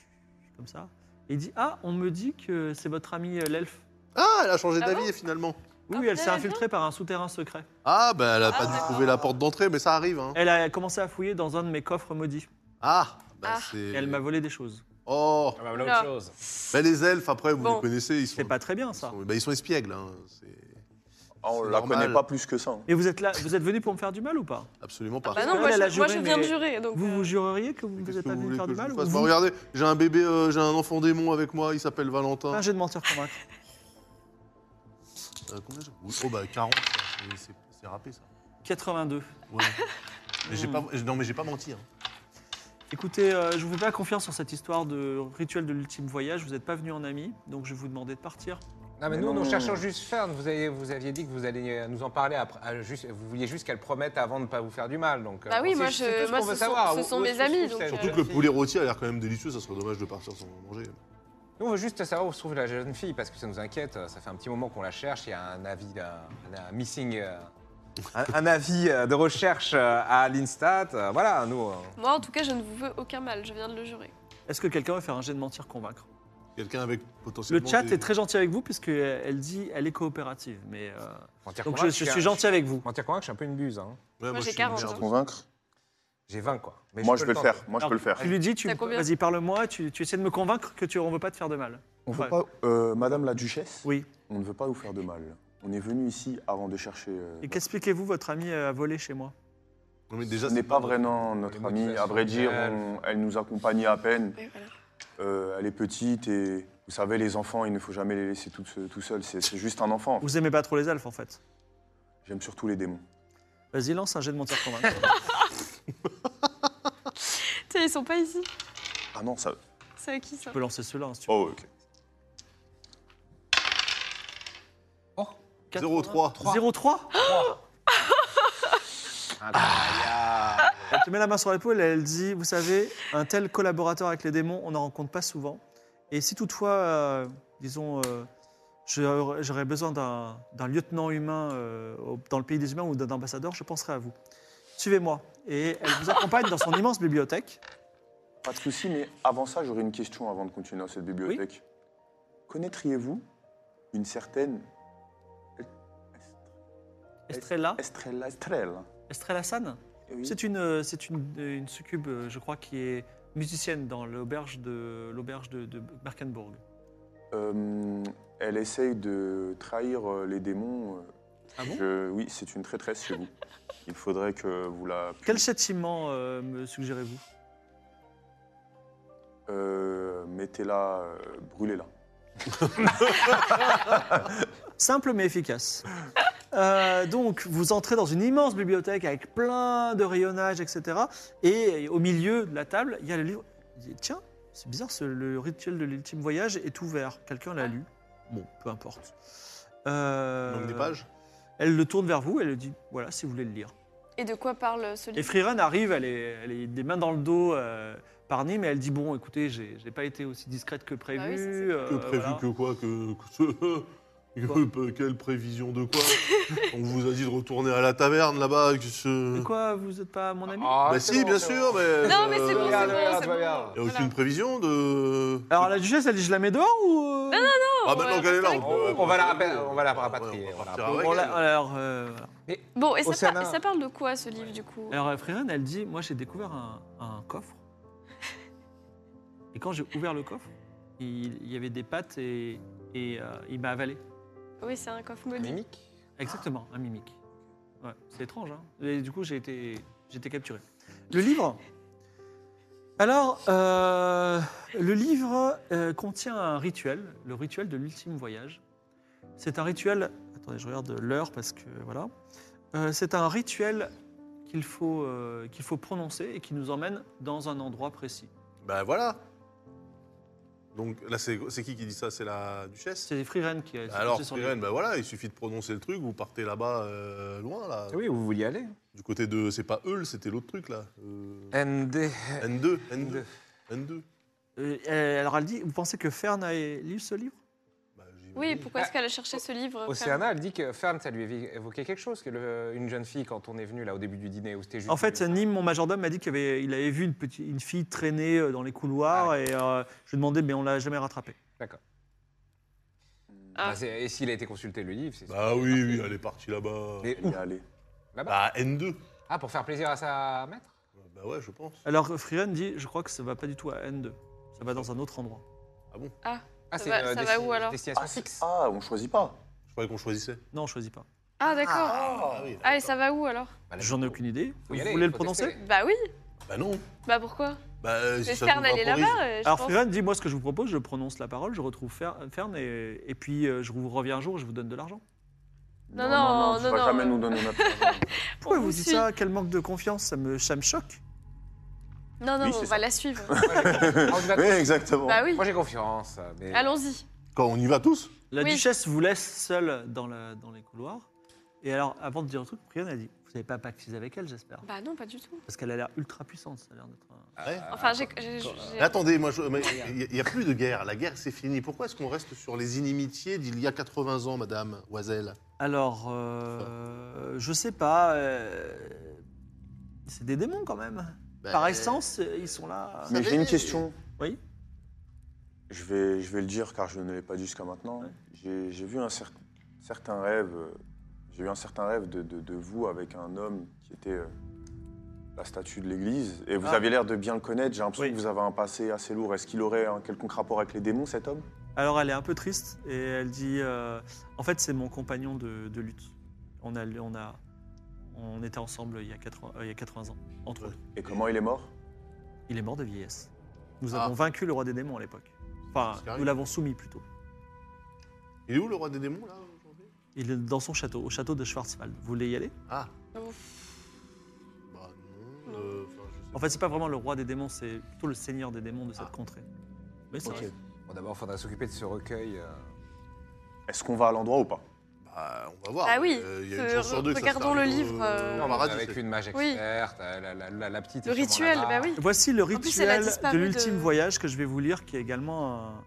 S2: comme ça. Et il dit, ah, on me dit que c'est votre ami euh, l'elfe.
S5: Ah, elle a changé
S6: Ah
S5: d'avis finalement.
S2: Oui,
S6: Ah,
S2: oui, elle s'est
S6: bien.
S2: infiltrée par un souterrain secret.
S5: Ah, bah elle a
S6: Ah,
S5: pas dû
S6: d'accord.
S5: trouver la porte d'entrée, mais ça arrive. Hein.
S2: Elle a commencé à fouiller dans un de mes coffres maudits.
S5: Ah, bah
S6: Ah.
S5: c'est.
S2: Et elle m'a volé des choses.
S5: Oh,
S3: Ah bah, voilà
S6: Oula.
S3: autre chose.
S5: bah, les elfes, après, vous
S6: Bon.
S5: les connaissez, ils sont.
S2: C'est pas très bien,
S5: ils
S2: ça.
S5: sont- bah, ils sont espiègles. Hein. c'est-
S4: Ah, on
S5: C'est
S4: la
S5: normal.
S4: connaît pas plus que ça. hein.
S2: Et vous êtes là, vous êtes venu pour me faire du mal ou pas
S5: Absolument pas.
S6: Ah bah non,
S2: qu'elle,
S6: moi,
S2: elle a
S6: je, moi,
S2: juré,
S6: je viens de
S2: mais
S6: jurer. Donc,
S2: Vous
S6: euh,
S2: vous jureriez que vous
S5: Mais
S2: ne vous
S5: qu'est-ce
S2: êtes
S5: que
S2: pas
S5: vous
S2: venu
S5: voulez
S2: faire
S5: que
S2: du
S5: je
S2: mal
S5: vous
S2: ou
S5: fasse Bah,
S2: vous
S5: Regardez, j'ai un bébé, euh, j'ai un enfant démon avec moi, il s'appelle Valentin.
S6: Ah,
S2: Un jet de mentir convaincre.
S5: Euh, combien j'ai- Oh bah 40, ça, c'est- c'est c'est râpé ça.
S2: 82.
S5: Ouais. mais j'ai pas... Non mais j'ai pas menti. hein.
S2: Écoutez, euh, je vous fais pas confiance sur cette histoire de rituel de l'ultime voyage. Vous n'êtes pas venu en ami, donc je vais vous demander de partir.
S3: Non, mais,
S4: Mais
S3: nous,
S4: non,
S3: nous
S4: non,
S3: cherchons
S4: non.
S3: juste Fern. Vous, avez- vous aviez dit que vous alliez nous en parler après. ah, juste- vous vouliez juste qu'elle promette avant de ne pas vous faire du mal. Donc, euh,
S6: Bah oui,
S3: c'est-
S6: moi,
S3: c'est
S6: je-
S3: tout ce
S6: moi,
S3: qu'on
S6: ce
S3: veut
S6: sont-
S3: savoir.
S6: ce
S3: Où-
S6: sont
S3: où
S6: mes
S3: se trouve
S6: amis,
S3: cette
S6: donc, euh,
S5: Surtout
S3: jeune
S5: que le
S3: fille
S5: poulet rôti a l'air quand même délicieux, ça serait dommage de partir sans en manger.
S3: Nous, on veut juste savoir où se trouve la jeune fille parce que ça nous inquiète. euh, Ça fait un petit moment qu'on la cherche. Il y a un avis, d'un- un, un missing, euh, un, un avis euh, de recherche euh, à l'Instat. euh, Voilà, nous. euh,
S6: Moi, en tout cas, je ne vous veux aucun mal. Je viens de le jurer.
S2: Est-ce que quelqu'un veut faire un jet de mentir convaincre
S5: Quelqu'un avec
S2: Le
S5: potentiellement.
S2: chat
S5: des-
S2: est très gentil avec vous puisque euh, elle dit elle est coopérative, mais euh,
S3: mentir
S2: donc je,
S3: convaincre,
S2: je
S3: un-
S2: suis gentil avec vous.
S3: Mentir convaincre, je suis un peu une buse. hein.
S5: Ouais, je
S6: Moi, j'ai
S5: suis une
S6: 40,
S5: merde.
S6: hein.
S4: Convaincre
S3: J'ai 20, quoi. Mais
S4: Moi, je peux le
S3: tenter.
S4: faire. Moi, je peux le faire.
S2: Tu lui dis, tu
S6: T'as combien
S2: vas-y parle-moi, tu, tu essaies de me convaincre que tu on veut pas te faire de mal.
S4: On veut
S2: Ouais.
S4: pas, euh, Madame la Duchesse,
S2: Oui.
S4: on ne veut pas vous faire de mal. On est venu ici avant de chercher. euh,
S2: Et qu'expliquez-vous votre ami euh, a volé chez moi
S6: hein.
S5: Non, mais déjà,
S4: Ce n'est
S5: c'est
S4: pas vrai, non,
S3: Les
S4: notre amie.
S3: motivations
S4: À vrai dire,
S3: réelles.
S4: on- elle nous accompagnait à peine.
S6: Oui, voilà.
S4: Euh, elle est petite et vous savez, les enfants, il ne faut jamais les laisser tout, tout seuls. C'est c'est juste un enfant. en fait.
S2: Vous aimez pas trop les elfes en fait.
S4: J'aime surtout les démons.
S2: Vas-y, lance un jet de mentir convaincre.
S6: Tiens, ils sont pas ici.
S4: Ah non, ça.
S6: C'est à qui ça
S2: tu peux lancer cela. hein, si tu veux.
S4: Oh, ok.
S5: 0,3.
S2: 03
S3: Incroyable.
S2: Elle te met la main sur l'épaule et elle dit Vous savez, un tel collaborateur avec les démons, on n'en rencontre pas souvent. Et si toutefois, euh, disons, euh, j'aurais j'aurais besoin d'un d'un lieutenant humain euh, au- dans le pays des humains ou d'un ambassadeur, je penserai à vous. Suivez-moi. Et elle vous accompagne dans son immense bibliothèque.
S4: Pas de souci, mais avant ça, j'aurais une question avant de continuer dans cette bibliothèque. Connaîtriez-vous une certaine
S2: Estrella,
S4: Estrella Estrella
S2: Estrella San
S4: Eh oui.
S2: C'est une, euh, c'est une, euh, une succube, euh, je crois, qui est musicienne dans l'auberge de, l'auberge de, de Merkenburg.
S4: Euh, elle essaye de trahir euh, les démons. euh,
S2: Ah bon
S4: je- Oui, c'est une traîtresse chez vous. Il faudrait que vous la...
S2: Quel châtiment euh, me suggérez-vous
S4: Euh, Mettez-la, euh, brûlez-la.
S2: Simple mais efficace. Euh, donc, vous entrez dans une immense bibliothèque avec plein de rayonnages, etc. Et au milieu de la table, il y a le livre. Il dit, Tiens, c'est bizarre, ce- le rituel de l'ultime voyage est ouvert. Quelqu'un l'a lu. Bon, peu importe. Euh,
S5: Nombre des pages
S2: Elle le tourne vers vous et elle dit Voilà, si vous voulez le lire.
S6: Et de quoi parle euh, ce
S2: Et
S6: livre
S2: Freerun arrive, elle est, elle est des mains dans le dos euh, par Nîmes, mais elle dit Bon, écoutez, j'ai j'ai pas été aussi discrète que prévu.
S6: Ah oui, ça, c'est
S2: euh,
S5: Que prévu
S2: voilà.
S5: que quoi que, que- que- que- Quelle prévision de quoi On vous a dit de retourner à la taverne là-bas. que ce-
S2: Mais quoi, vous êtes pas mon ami
S3: Ah,
S5: Bah
S3: c'est
S5: si,
S3: bon,
S5: bien
S3: c'est bon.
S5: sûr, mais.
S6: Non, mais c'est
S3: Euh,
S6: bon,
S3: regarde, regarde,
S6: c'est bon,
S3: tu vas
S6: c'est
S3: bien.
S6: bon.
S5: Il n'y a
S6: Voilà.
S5: aucune prévision de.
S2: Alors la duchesse, elle dit Je la mets dehors ou. euh,
S5: Ah, maintenant
S6: Oh, Ouais,
S5: qu'elle est là,
S6: c'est
S5: on,
S6: vrai
S5: peut-
S3: On va la
S5: peut-
S3: rapatrier, on va la
S5: Ouais,
S3: rapatrier,
S5: on va
S3: voilà.
S5: partir
S3: On
S5: avec
S2: bon,
S5: elle.
S2: là, alors, euh, voilà.
S6: Bon, et ça,
S3: Océana.
S6: par- ça parle de quoi ce livre du coup
S2: Alors, euh, Freerun, elle dit Moi, j'ai découvert un, un coffre. Et quand j'ai ouvert le coffre, il, il y avait des pattes et, et, euh, il m'a avalé.
S6: Oui, c'est un coffre maudit.
S3: Mimique
S2: Exactement, un mimique. Ouais, c'est étrange, hein. Et du coup, j'ai été, j'ai été capturé. Le livre. Alors, euh, le livre euh, contient un rituel, le rituel de l'ultime voyage. C'est un rituel. Attendez, je regarde l'heure parce que voilà. Euh, c'est un rituel qu'il faut, euh, qu'il faut prononcer et qui nous emmène dans un endroit précis.
S5: Bah voilà. Donc là, c'est c'est qui qui dit ça C'est la duchesse
S2: C'est Freerun qui a.
S5: Alors,
S2: sur
S5: Irène, bah voilà, il suffit de prononcer le truc, vous partez là-bas, euh, loin, là.
S3: Oui, vous vouliez y aller
S5: Du côté de. C'est pas Eul, c'était l'autre truc, là. Euh,
S3: Eh. ND.
S5: N2, N2, N2.
S2: Euh, alors, elle dit Vous pensez que Fern a lu ce livre
S5: Bah,
S6: Oui,
S5: j'imagine.
S6: pourquoi est-ce qu'elle a cherché ce livre frère
S3: Océana, elle dit que Fern, ça lui avait évoqué quelque chose, que le- une jeune fille, quand on est venu là au début du dîner, où c'était juste.
S2: En fait,
S3: lui.
S2: Nîmes, mon majordome, m'a dit qu'il avait, il avait vu une, petite, une fille traîner euh, dans les couloirs et euh, je lui ai demandé, mais on l'a jamais rattrapée.
S3: D'accord.
S6: Ah.
S3: Bah, c'est- et s'il a été consulté le livre, c'est sûr.
S5: Bah oui, oui, elle est partie là-bas.
S3: Mais où
S4: Il est allé.
S3: Là-bas
S5: Bah, N2.
S3: Ah, pour faire plaisir à sa maître
S5: Bah ouais, je pense.
S2: Alors Freerun dit, je crois que ça va pas du tout à N2, ça va dans un autre endroit.
S3: Ah,
S6: Ça va- ça va
S3: desti-
S6: où, alors
S3: destination
S4: Ah,
S3: fixe.
S4: ah, on choisit pas.
S5: Je croyais qu'on choisissait.
S2: Non, on choisit pas.
S6: Ah, d'accord.
S5: Ah oui.
S6: Ah, et ça va où alors
S3: Bah, là,
S2: J'en ai aucune idée.
S3: faut
S2: Vous
S3: y aller,
S2: voulez le
S3: faut
S2: prononcer
S3: tester.
S6: Bah oui.
S5: Bah non.
S6: Bah pourquoi
S5: Bah, si
S6: Mais
S5: ça
S6: Fern,
S5: vous
S6: elle est
S5: vaporise.
S6: là-bas. euh, je
S2: Alors
S6: pense.
S2: Freerun dit, moi ce que je vous propose, je prononce la parole, je retrouve Fer- Fern et, et puis euh, je vous reviens un jour et je vous donne de l'argent.
S6: Non, non,
S4: tu
S6: non,
S4: vas
S6: non.
S4: jamais nous donner notre argent.
S2: Pourquoi
S6: On
S2: vous
S6: vous
S2: dites
S6: suit.
S2: ça Quel manque de confiance, ça me, ça me choque.
S6: Non, non,
S4: Oui,
S6: on
S4: c'est
S6: va
S4: ça.
S6: la suivre.
S3: Ah, on y va
S4: oui,
S3: tous.
S4: exactement.
S6: bah oui.
S3: Moi, j'ai confiance. Mais...
S6: Allons-y.
S5: Quand on y va tous
S2: La
S6: Oui.
S2: duchesse vous laisse seule dans, la- dans les couloirs. Et alors, avant de dire le truc, Freerun a dit, vous n'avez pas pactisé avec elle, j'espère.
S6: Bah non, pas du tout.
S2: Parce qu'elle a l'air ultra puissante, ça a l'air d'être... un-
S5: Ouais.
S6: Enfin, j'ai. j'ai- j'ai-
S5: Mais attendez, moi, je- mais il n'y a, plus de guerre. La guerre, c'est fini. Pourquoi est-ce qu'on reste sur les inimitiés d'il y a 80 ans, Madame Oiselle
S2: Alors, euh, je sais pas. euh, c'est des démons quand même.
S5: Bah,
S2: Par essence, euh, ils sont là.
S4: Mais j'ai
S5: savez-
S4: une question.
S2: Oui.
S4: Je vais, je vais le dire car je ne l'ai pas dit jusqu'à maintenant.
S2: Ouais.
S4: J'ai j'ai vu un cer- certain rêve. euh, J'ai eu un certain rêve de, de- de vous avec un homme qui était euh, la statue de l'église. Et vous
S2: Ah.
S4: aviez l'air de bien le connaître. J'ai l'impression
S2: Oui.
S4: que vous avez un passé assez lourd. Est-ce qu'il aurait un quelconque rapport avec les démons, cet homme
S2: Alors, elle est un peu triste et elle dit euh, En fait, c'est mon compagnon de, de lutte. On, a, on, a, on était ensemble il y a 80, euh, il y a 80 ans, entre
S5: Ouais.
S2: autres.
S4: Et comment il est mort
S2: Il est mort de vieillesse. Nous
S5: Ah.
S2: avons vaincu le roi des démons à l'époque. Enfin,
S5: C'est carré.
S2: nous l'avons soumis plutôt.
S5: Il est où le roi des démons, là, aujourd'hui
S2: Il est dans son château, au château de Schwarzwald. Vous voulez y aller
S5: Ah.
S6: Ouf.
S5: Bah non. euh, enfin, je sais
S2: En fait, c'est pas vraiment le roi des démons, c'est plutôt le seigneur des démons de cette
S5: Ah.
S2: contrée. Mais c'est
S4: Ok.
S2: vrai.
S3: Bon, D'abord, il faudra s'occuper de ce recueil. euh,
S4: Est-ce qu'on va à l'endroit ou pas
S5: Bah, on va voir.
S6: Ah oui,
S5: Euh, il y a une
S6: euh,
S5: chance sur deux que ça
S6: regardons
S5: s'arrête
S6: le
S5: au-
S6: livre, euh,
S5: au
S6: Non,
S5: paradis,
S3: avec
S5: c'est-
S3: une mage
S6: Oui.
S3: experte, euh, la, la- la- la petite. est
S6: Le
S3: sûrement
S6: rituel,
S3: là-bas.
S6: bah oui.
S2: Voici le
S6: plus, elle a
S2: rituel de
S6: disparu
S2: l'ultime
S6: de-
S2: voyage que je vais vous lire, qui est également, un-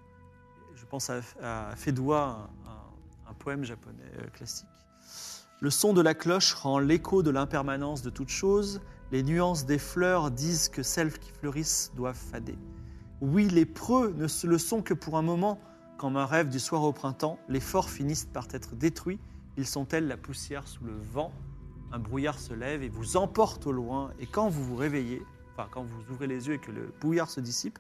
S2: je pense, à, à Fédois, un, un- un poème japonais euh, classique. Le son de la cloche rend l'écho de l'impermanence de toute chose. Les nuances des fleurs disent que celles qui fleurissent doivent fader. Oui, les preux ne se le sont que pour un moment. Comme un rêve du soir au printemps, les forts finissent par être détruits. Ils sont tels la poussière sous le vent. Un brouillard se lève et vous emporte au loin. Et quand vous vous réveillez, enfin quand vous ouvrez les yeux et que le brouillard se dissipe,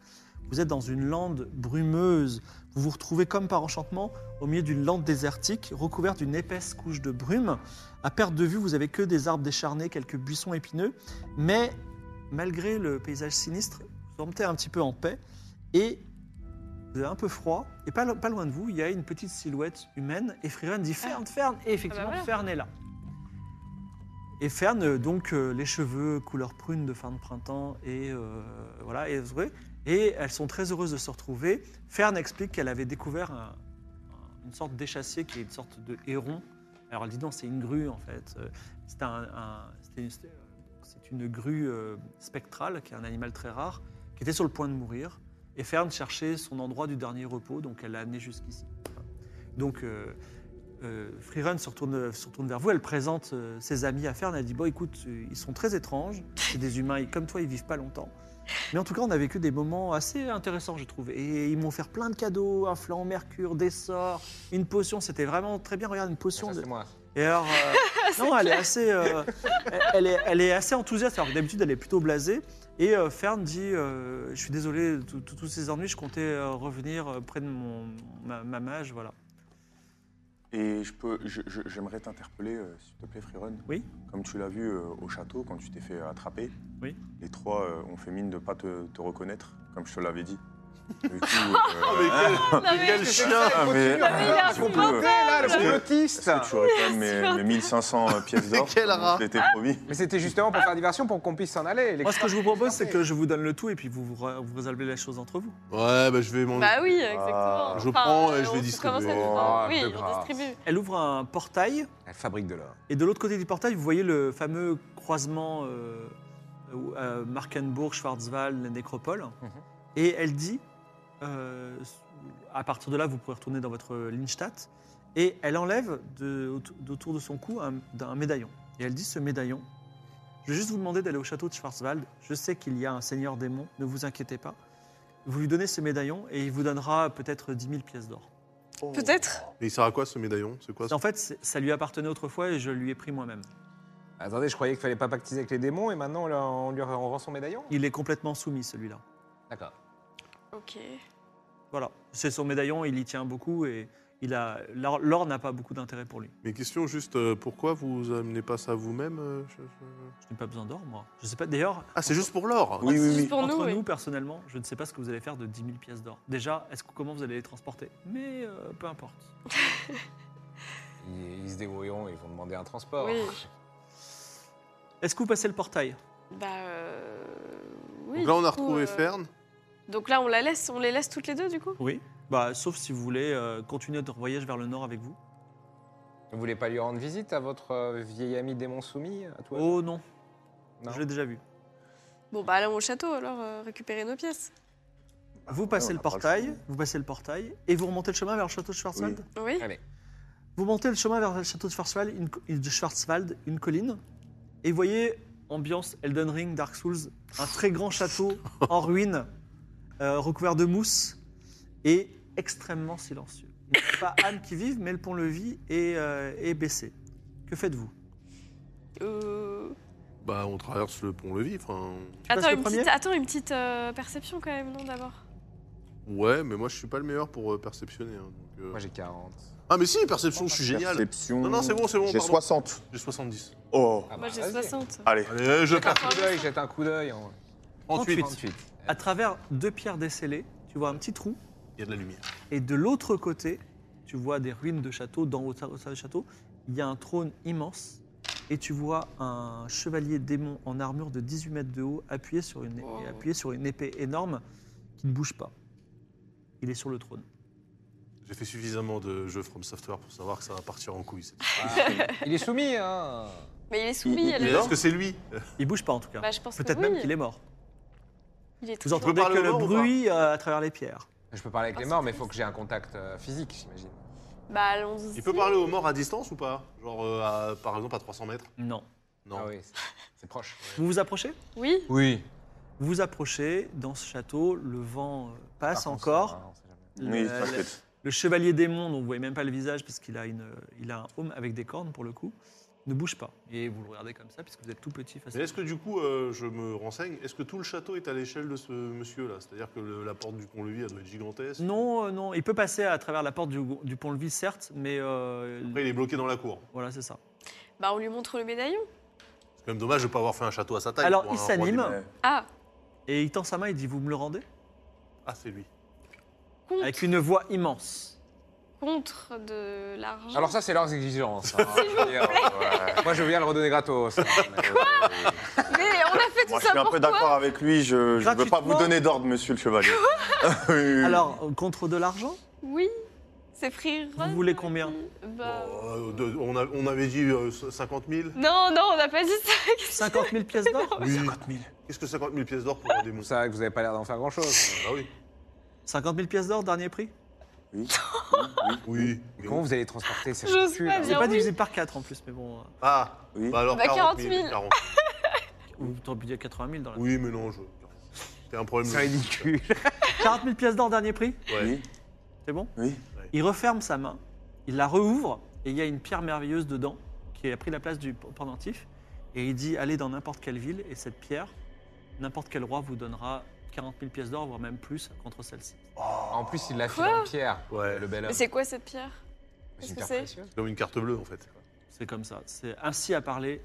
S2: vous êtes dans une lande brumeuse. Vous vous retrouvez comme par enchantement au milieu d'une lande désertique, recouverte d'une épaisse couche de brume. À perte de vue, vous avez que des arbres décharnés, quelques buissons épineux. Mais malgré le paysage sinistre, vous sentez un petit peu en paix et vous avez un peu froid. Et pas, lo- pas loin de vous, il y a une petite silhouette humaine. Et Freerun dit Fern, Fern. Et effectivement,
S6: voilà.
S2: Fern est là. Et Fern, euh, donc euh, les cheveux couleur prune de fin de printemps, et euh, voilà, et, vous voyez, et elles sont très heureuses de se retrouver. Fern explique qu'elle avait découvert un- un- une sorte d'échassier qui est une sorte de héron Alors elle dit non, c'est une grue en fait. Euh, C'est un, un- c'est une, c'est une grue euh, spectrale, qui est un animal très rare, qui était sur le point de mourir. Et Fern cherchait son endroit du dernier repos, donc elle l'a amené jusqu'ici. Donc euh, euh, Freerun se retourne, se retourne vers vous, elle présente euh, ses amis à Fern, elle dit, bon écoute, euh, ils sont très étranges, c'est des humains, et comme toi, ils vivent pas longtemps. Mais en tout cas, on a vécu des moments assez intéressants, je trouve. Et ils m'ont offert plein de cadeaux, un flanc en mercure, des sorts, une potion, c'était vraiment très bien, regarde, une potion.
S3: Ah, Ça,
S2: de...
S3: c'est moi.
S2: Et alors, euh, non, elle est assez, euh, elle- elle est, elle est assez enthousiaste. Alors que d'habitude, elle est plutôt blasée. Et euh, Fern dit, euh, je suis désolé de tout- tout- tous ces ennuis. Je comptais euh, revenir euh, près de mon ma, ma mage, voilà.
S4: Et je peux, je- je- j'aimerais t'interpeller, euh, s'il te plaît, Freerun.
S2: Oui.
S4: Comme tu l'as vu euh, au château, quand tu t'es fait attraper,
S2: Oui.
S4: les trois euh, ont fait mine de pas te, te reconnaître, comme je te l'avais dit. Du coup,
S2: Ah,
S5: Oh, mais
S4: euh,
S5: quel,
S6: Non, mais-
S5: quel chien
S4: Ah, mais-
S3: Continue,
S6: mais il a
S3: là, le comploté, là, le
S4: Est-ce que-
S3: complotiste
S4: est-ce que tu aurais quand même mes, mes 1500 euh, pièces d'or
S5: Quel
S4: comme
S5: rat.
S4: Je l'étais promis.
S3: Mais c'était justement pour faire diversion, pour qu'on puisse s'en aller. les-
S2: Moi, ce que je vous propose, c'est que je vous donne le tout et puis vous vous, ra- vous résolvez les choses entre vous.
S5: Ouais, bah je vais m'en.
S6: Ah.
S5: Ah,
S6: Bah oui, exactement. euh,
S5: Je prends et je
S6: on
S5: vais
S6: se
S5: distribuer. Ah,
S6: commence
S3: Oh,
S6: à- oui,
S3: de
S6: on
S3: grâce.
S6: distribue.
S2: Elle ouvre un portail
S3: Elle fabrique de l'or.
S2: et de l'autre côté du portail, vous voyez le fameux croisement euh, où, euh, Markenburg, Schwarzwald, la nécropole.
S3: Mhm.
S2: Et elle dit, euh, à partir de là, vous pourrez retourner dans votre Lindstadt. Et elle enlève de, autour de son cou un, d'un médaillon. Et elle dit, ce médaillon, je vais juste vous demander d'aller au château de Schwarzwald. Je sais qu'il y a un seigneur démon, ne vous inquiétez pas. Vous lui donnez ce médaillon et il vous donnera peut-être 10 000 pièces d'or.
S6: Peut-être.
S5: Oh. Et il sert à quoi ce médaillon C'est quoi ce-
S2: En fait, c'est- ça lui appartenait autrefois et je lui ai pris moi-même.
S3: Attendez, je croyais qu'il fallait pas pactiser avec les démons et maintenant on leur- on lui rend son médaillon
S2: Il est complètement soumis, celui-là.
S3: D'accord.
S6: Ok.
S2: Voilà, c'est son médaillon, il y tient beaucoup et il a l'or l'or n'a pas beaucoup d'intérêt pour lui.
S5: Mais question juste, euh, pourquoi vous amenez pas ça vous-même euh, je- je-
S2: Je n'ai pas besoin d'or, moi. Je sais pas. D'ailleurs,
S5: Ah, c'est juste pour l'or
S4: Oui, oui,
S6: Juste
S4: oui.
S6: pour
S2: entre
S6: nous,
S2: nous,
S6: oui.
S2: personnellement, je ne sais pas ce que vous allez faire de 10 000 pièces d'or. Déjà, est-ce que comment vous allez les transporter Mais euh, peu importe.
S3: Ils, ils se débrouilleront, ils vont demander un transport.
S6: Oui.
S2: Est-ce que vous passez le portail
S6: Bah euh, oui.
S5: Donc là, on
S6: du
S5: a
S6: coup,
S5: retrouvé
S6: euh,
S5: Fern.
S6: Donc là, on la laisse, on les laisse toutes les deux du coup.
S2: Oui. Bah, sauf si vous voulez euh, continuer votre voyage vers le nord avec vous.
S3: Vous voulez pas lui rendre visite à votre euh, vieil ami démon soumis à toi
S2: Oh non,
S3: Non.
S2: je l'ai déjà vu.
S6: Bon bah allons au château alors euh, récupérer nos pièces.
S2: Ah, Vous passez
S4: Ah, on
S2: le
S4: n'a pas le
S2: portail,
S4: choix.
S2: vous passez le portail et vous remontez le chemin vers le château de Schwarzwald.
S6: Oui.
S3: Allez.
S2: Vous montez le chemin vers le château de Schwarzwald, une, co- de Schwarzwald, une colline, et vous voyez ambiance Elden Ring, Dark Souls, un très grand château en ruine, euh, recouvert de mousse et extrêmement silencieux. Il n'y a pas âme qui vive, mais le pont-levis est, euh, est baissé. Que faites-vous
S6: Euh,
S5: Bah, on traverse le pont-levis. Enfin,
S2: passes
S6: Attends
S2: le
S6: une,
S2: premier
S6: petite, attends une petite euh, perception quand même non d'abord.
S5: ouais, mais moi, je suis pas le meilleur pour euh, perceptionner. hein, donc, euh.
S3: Moi j'ai 40.
S5: Ah, mais si, perception, je suis génial.
S4: Perception.
S5: Non, non, c'est bon, c'est bon.
S4: J'ai
S5: pardon.
S4: 60.
S5: J'ai 70.
S4: Oh,
S3: Ah
S6: Moi
S3: bah,
S6: j'ai
S3: vas-y.
S6: 60.
S4: allez.
S5: Allez, euh, je perds.
S3: Un coup d'œil, jette un coup d'œil. en-
S5: 38.
S3: 38.
S2: À travers deux pierres décellées, tu vois un petit trou,
S5: Il y a de la lumière.
S2: et de l'autre côté, tu vois des ruines de château, dans au au sein du château, il y a un trône immense, et tu vois un chevalier démon en armure de 18 mètres de haut appuyé sur une,
S6: Wow.
S2: et appuyé sur une épée énorme qui ne bouge pas. Il est sur le trône.
S5: J'ai fait suffisamment de jeux From Software pour savoir que ça va partir en couille. cette-
S3: Ah, il est soumis, hein
S6: Mais il est soumis. elle
S5: Mais
S6: est-
S5: Est-ce que c'est lui
S6: Ah,
S2: Il bouge pas en tout cas.
S6: Bah je pense que
S2: Peut-être
S6: oui.
S2: même qu'il est mort.
S6: Il est
S2: Vous
S6: toujours-
S2: entendez
S5: parler
S2: que
S5: au
S2: le
S5: mort ou pas
S2: bruit euh, à travers les pierres.
S3: Je peux parler avec
S6: Ah,
S3: les
S6: c'est
S3: morts, mais il
S6: triste.
S3: faut que j'ai un contact euh, physique, j'imagine.
S6: Bah allons-y.
S5: Il peut parler aux morts à distance ou pas Genre, euh, à- par exemple, à 300 mètres
S2: Non.
S5: Non.
S3: Ah oui, c'est- c'est proche.
S2: Vous vous approchez
S6: Oui.
S3: Oui.
S2: Vous vous approchez dans ce château, le vent euh, passe encore. Le-
S4: Oui,
S2: le-
S4: t'inquiète.
S2: Le chevalier démon, dont vous voyez même pas le visage parce qu'il a, une, il a un homme avec des cornes pour le coup, ne bouge pas. Et vous le regardez comme ça puisque vous êtes tout petit face
S5: Mais
S2: à
S5: est-ce que du coup, euh, je me renseigne, est-ce que tout le château est à l'échelle de ce monsieur-là C'est-à-dire que le- la porte du pont-levis, elle doit être gigantesque
S2: Non, euh, non, il peut passer à travers la porte du, du pont-levis, certes, mais euh,
S5: Après, il est bloqué dans la cour.
S2: voilà, c'est ça.
S6: Bah on lui montre le médaillon.
S5: C'est quand même dommage de ne pas avoir fait un château à sa taille.
S2: Alors,
S5: pour
S2: il
S5: un roi
S2: s'anime.
S5: des-
S4: Ouais.
S6: Ah.
S2: Et il tend sa main et dit Vous me le rendez
S5: Ah, c'est lui.
S6: Contre,
S2: Avec une voix immense.
S6: contre de l'argent.
S3: Alors ça, c'est leurs exigences. hein. Ouais. Moi, je viens le redonner gratos. hein, mais-
S6: Mais on a fait tout
S4: Moi, je
S6: ça
S4: suis un
S6: pour
S4: peu d'accord avec lui. Je ne veux pas
S2: Gratuitement
S4: vous donner d'ordre, monsieur le chevalier. Oui, oui, oui.
S2: Alors, euh, contre de l'argent
S6: Oui. C'est free run.
S2: Vous voulez combien
S6: Bah,
S5: Oh, de- on, a- on avait dit euh, 50 000
S6: Non, non, on n'a pas dit ça.
S2: 50 000 pièces d'or
S5: Oui. 50 000. Qu'est-ce que 50 000 pièces d'or pour avoir des
S3: Vous
S5: moussins
S3: savez que vous n'avez pas l'air d'en faire grand-chose.
S5: Ah oui.
S2: 50 000 pièces d'or, dernier prix
S4: Oui.
S5: Oui.
S3: Mais Comment vous allez transporter ces
S6: J'ose
S3: choses
S6: pas
S2: C'est
S6: Bien
S2: pas
S6: oui.
S2: divisé par 4 en plus, mais bon. euh,
S5: Ah,
S4: Oui.
S5: bah alors
S6: Bah,
S5: 40 000.
S6: 40 000.
S5: 40
S2: Ou t'aurais pu dire 80 000 dans la.
S5: Oui, mais non, je. C'est un problème.
S3: C'est ridicule.
S2: 40 000 pièces d'or, dernier prix
S5: Ouais.
S4: Oui.
S2: C'est bon
S4: Oui.
S2: Il referme sa main, il la rouvre, et il y a une pierre merveilleuse dedans, qui a pris la place du pendentif. Et il dit allez dans n'importe quelle ville, et cette pierre, n'importe quel roi vous donnera 40 000 pièces d'or, voire même plus, contre celle-ci.
S3: En plus, il l'a fait
S6: Quoi
S3: en pierre,
S5: Ouais,
S3: le bel homme.
S6: Mais c'est quoi cette pierre
S3: C'est
S6: qu'est-ce
S3: une
S6: que
S3: pierre
S6: c'est
S3: précieuse.
S5: C'est comme une carte bleue en fait.
S2: C'est comme ça. C'est ainsi à parler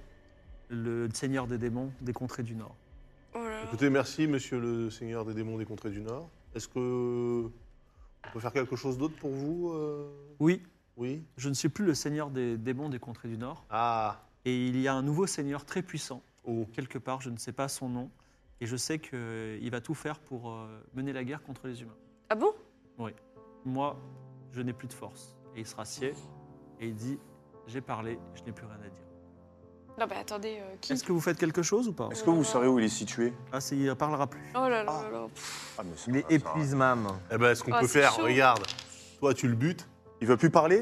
S2: le seigneur des démons des contrées du Nord.
S6: Oh là là.
S5: Écoutez, merci monsieur le seigneur des démons des contrées du Nord. Est-ce que. On peut faire quelque chose d'autre pour vous euh
S2: Oui,
S5: Oui.
S2: je ne suis plus le seigneur des démons des contrées du Nord,
S5: Ah.
S2: et il y a un nouveau seigneur très puissant,
S5: Oh.
S2: quelque part, je ne sais pas son nom, et je sais qu'il va tout faire pour euh, mener la guerre contre les humains.
S6: Ah bon
S2: Moi, je n'ai plus de force. Et il se rassied, et il dit, j'ai parlé, je n'ai plus rien à dire.
S6: Non, bah attendez, euh, qui
S2: Est-ce que vous faites quelque chose ou pas
S4: Est-ce que vous savez où il est situé
S2: Ah, c'est- il ne parlera plus.
S6: Oh là là là là.
S4: Ah, mais ça
S3: Il est
S4: va, ça va.
S3: épuise même.
S5: Eh ben, ce qu'on
S6: Ah,
S5: peut
S6: c'est
S5: faire,
S6: chaud.
S5: regarde. Toi, tu le butes.
S4: Il veut plus parler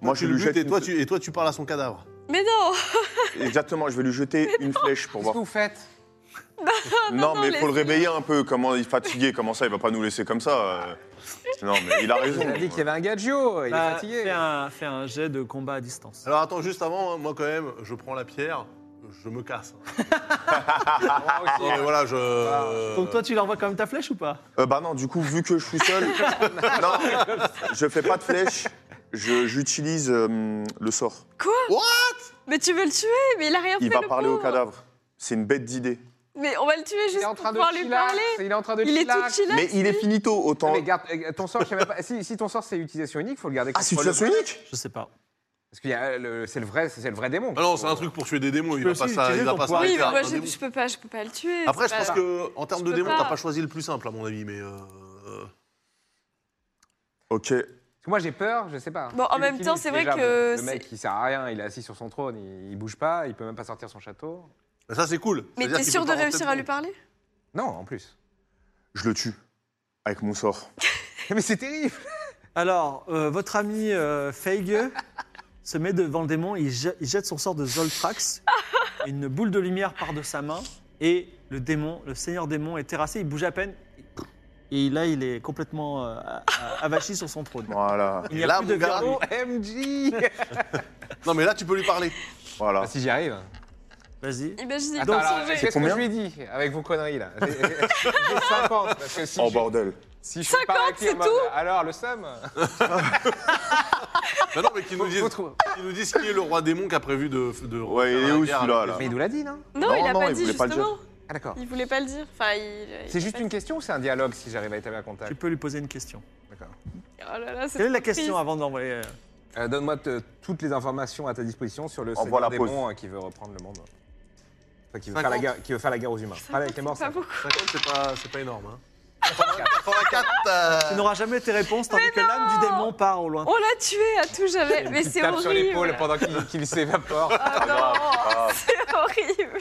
S4: Moi,
S5: Toi,
S4: je
S5: tu
S4: lui
S5: le butes
S4: jette
S5: et toi,
S4: une-
S5: tu, et toi, tu parles à son cadavre.
S6: Mais non
S4: Exactement, je vais lui jeter une flèche pour
S3: Qu'est-ce
S4: voir.
S3: que vous faites
S4: Non,
S6: non,
S4: mais
S6: laisse-
S4: faut le réveiller un peu. Comment il est fatigué Comment ça Il va pas nous laisser comme ça. euh. Non, mais il a
S3: Vous
S4: raison.
S3: avez dit qu'il y avait un gadgio, il est
S2: Bah,
S3: fatigué.
S2: Fais un, fais un jet de combat à distance.
S5: Alors attends, juste avant, hein, moi quand même, je prends la pierre, je me casse. hein.
S3: Ah, ok.
S5: Non, mais voilà, je.
S2: Ah. Donc toi, tu l'envoies quand même ta flèche ou pas
S4: Euh, bah non, du coup, vu que je suis seul, non, je fais pas de flèche. Je- J'utilise euh, le sort.
S6: Mais tu veux le tuer Mais il a rien
S4: Il
S6: fait,
S4: va
S6: le
S4: parler au
S6: pauvre.
S4: cadavre. C'est une bête d'idée.
S6: Mais on va le tuer
S3: Il est
S6: juste
S3: en
S6: pour
S3: train de
S6: pouvoir lui
S3: chillax,
S6: parler.
S3: Il est en train de
S6: Il est tout
S3: chillax.
S6: chillax.
S4: Mais il est finito,
S3: Non,
S4: autant.
S3: mais garde, euh, ton sort, je sais même pas. Si, si ton sort c'est utilisation unique, faut le garder.
S4: Ah,
S3: contre le-
S4: situation unique
S2: Je sais pas.
S3: Parce que c'est le vrai, c'est c'est le vrai démon.
S5: Ah non, c'est un truc pour tuer des démons, il
S2: peux
S5: va
S2: aussi
S5: pas ça- il
S2: l'utiliser
S5: va
S2: pour
S5: pas
S2: pouvoir-
S6: Oui,
S5: s'arrêter
S6: mais
S5: à
S6: moi
S5: un
S6: je,
S5: démon.
S6: je peux pas, je peux pas le tuer.
S5: Après, je
S6: c'est
S5: pense
S6: pas-
S5: que en termes de
S6: Je peux
S5: démons, t'as
S6: pas.
S5: pas choisi le plus simple à mon avis, mais. euh, euh,
S4: Ok.
S3: Parce que moi j'ai peur, je sais pas.
S6: Bon, en
S3: Celui
S6: même
S3: qui
S6: temps,
S3: nique,
S6: c'est vrai
S3: déjà,
S6: que
S3: Le mec, il sert à rien, il est assis sur son trône, il, il bouge pas, il peut même pas sortir son château.
S5: bah, Ça, c'est cool.
S6: Mais
S5: C'est-à-dire
S6: t'es
S5: qu'il
S6: sûr
S5: peut
S6: de
S5: pas rentrer
S6: réussir à lui
S5: dedans.
S6: parler
S3: Non, en plus.
S4: Je le tue. Avec mon sort.
S3: Mais c'est terrible
S2: Alors, euh, votre ami euh, Feige se met devant le démon, il je- il jette son sort de Zoltrax, une boule de lumière part de sa main, et le démon, le seigneur démon est terrassé, il bouge à peine, et là il est complètement euh, a- a- avachi sur son trône.
S4: Voilà.
S2: Il n'y a
S5: Là,
S2: plus de
S5: mon
S3: Ah
S5: gars,
S2: garde.
S3: OMG
S5: Non, mais là, tu peux lui parler.
S4: Voilà.
S3: Ah, Si j'y arrive.
S2: Vas-y.
S6: Imaginez
S3: Attends,
S6: le
S3: alors,
S6: sauver.
S3: qu'est-ce que je
S4: combien
S3: lui ai dit avec vos conneries là J'ai j'ai 50, parce que si,
S4: Oh
S3: je-
S4: bordel.
S3: si je suis pas avec lui en
S6: c'est
S3: mode,
S6: tout
S3: alors le somme
S5: Bah non, mais qu'ils nous disent
S3: faut trouver.
S5: qu'ils nous disent qui est le roi démon qui a prévu de. de
S4: Ouais, il est
S5: faire la
S4: où,
S5: guerre
S4: celui-là,
S5: avec
S4: là
S5: les-
S3: Mais il nous l'a dit, non
S6: Non,
S4: Non,
S6: il a
S4: non,
S6: pas
S4: il
S6: dit
S4: voulait pas le dire.
S6: justement.
S3: Ah d'accord.
S6: Il voulait pas le dire. Enfin, il. il a
S3: C'est juste
S6: pas
S3: une
S6: dit.
S3: question ou c'est un dialogue si j'arrive à établir un
S2: Tu
S3: contact
S2: peux lui poser une question.
S3: D'accord.
S6: Oh là là, c'est
S2: Quelle est la
S6: trop triste.
S2: question avant d'envoyer euh,
S3: Euh, Donne-moi te- toutes les informations à ta disposition sur le
S4: Envoie
S3: seigneur
S4: la
S3: démon euh, qui veut reprendre le monde. Enfin, qui veut, faire la
S5: 50.
S3: guerre, qui veut faire la guerre aux humains. Parlez avec les morts,
S6: Pas
S3: ça.
S6: beaucoup.
S5: 50, c'est pas, c'est pas énorme. Hein.
S3: 44.
S5: 84
S2: Tu
S5: euh,
S2: n'auras jamais tes réponses tandis que l'âme du démon part au loin.
S6: On l'a tué à tout jamais. Mais
S3: Il
S6: c'est
S3: tape
S6: horrible.
S3: sur l'épaule pendant qu'il qu'il s'évapore.
S6: Ah non, c'est horrible.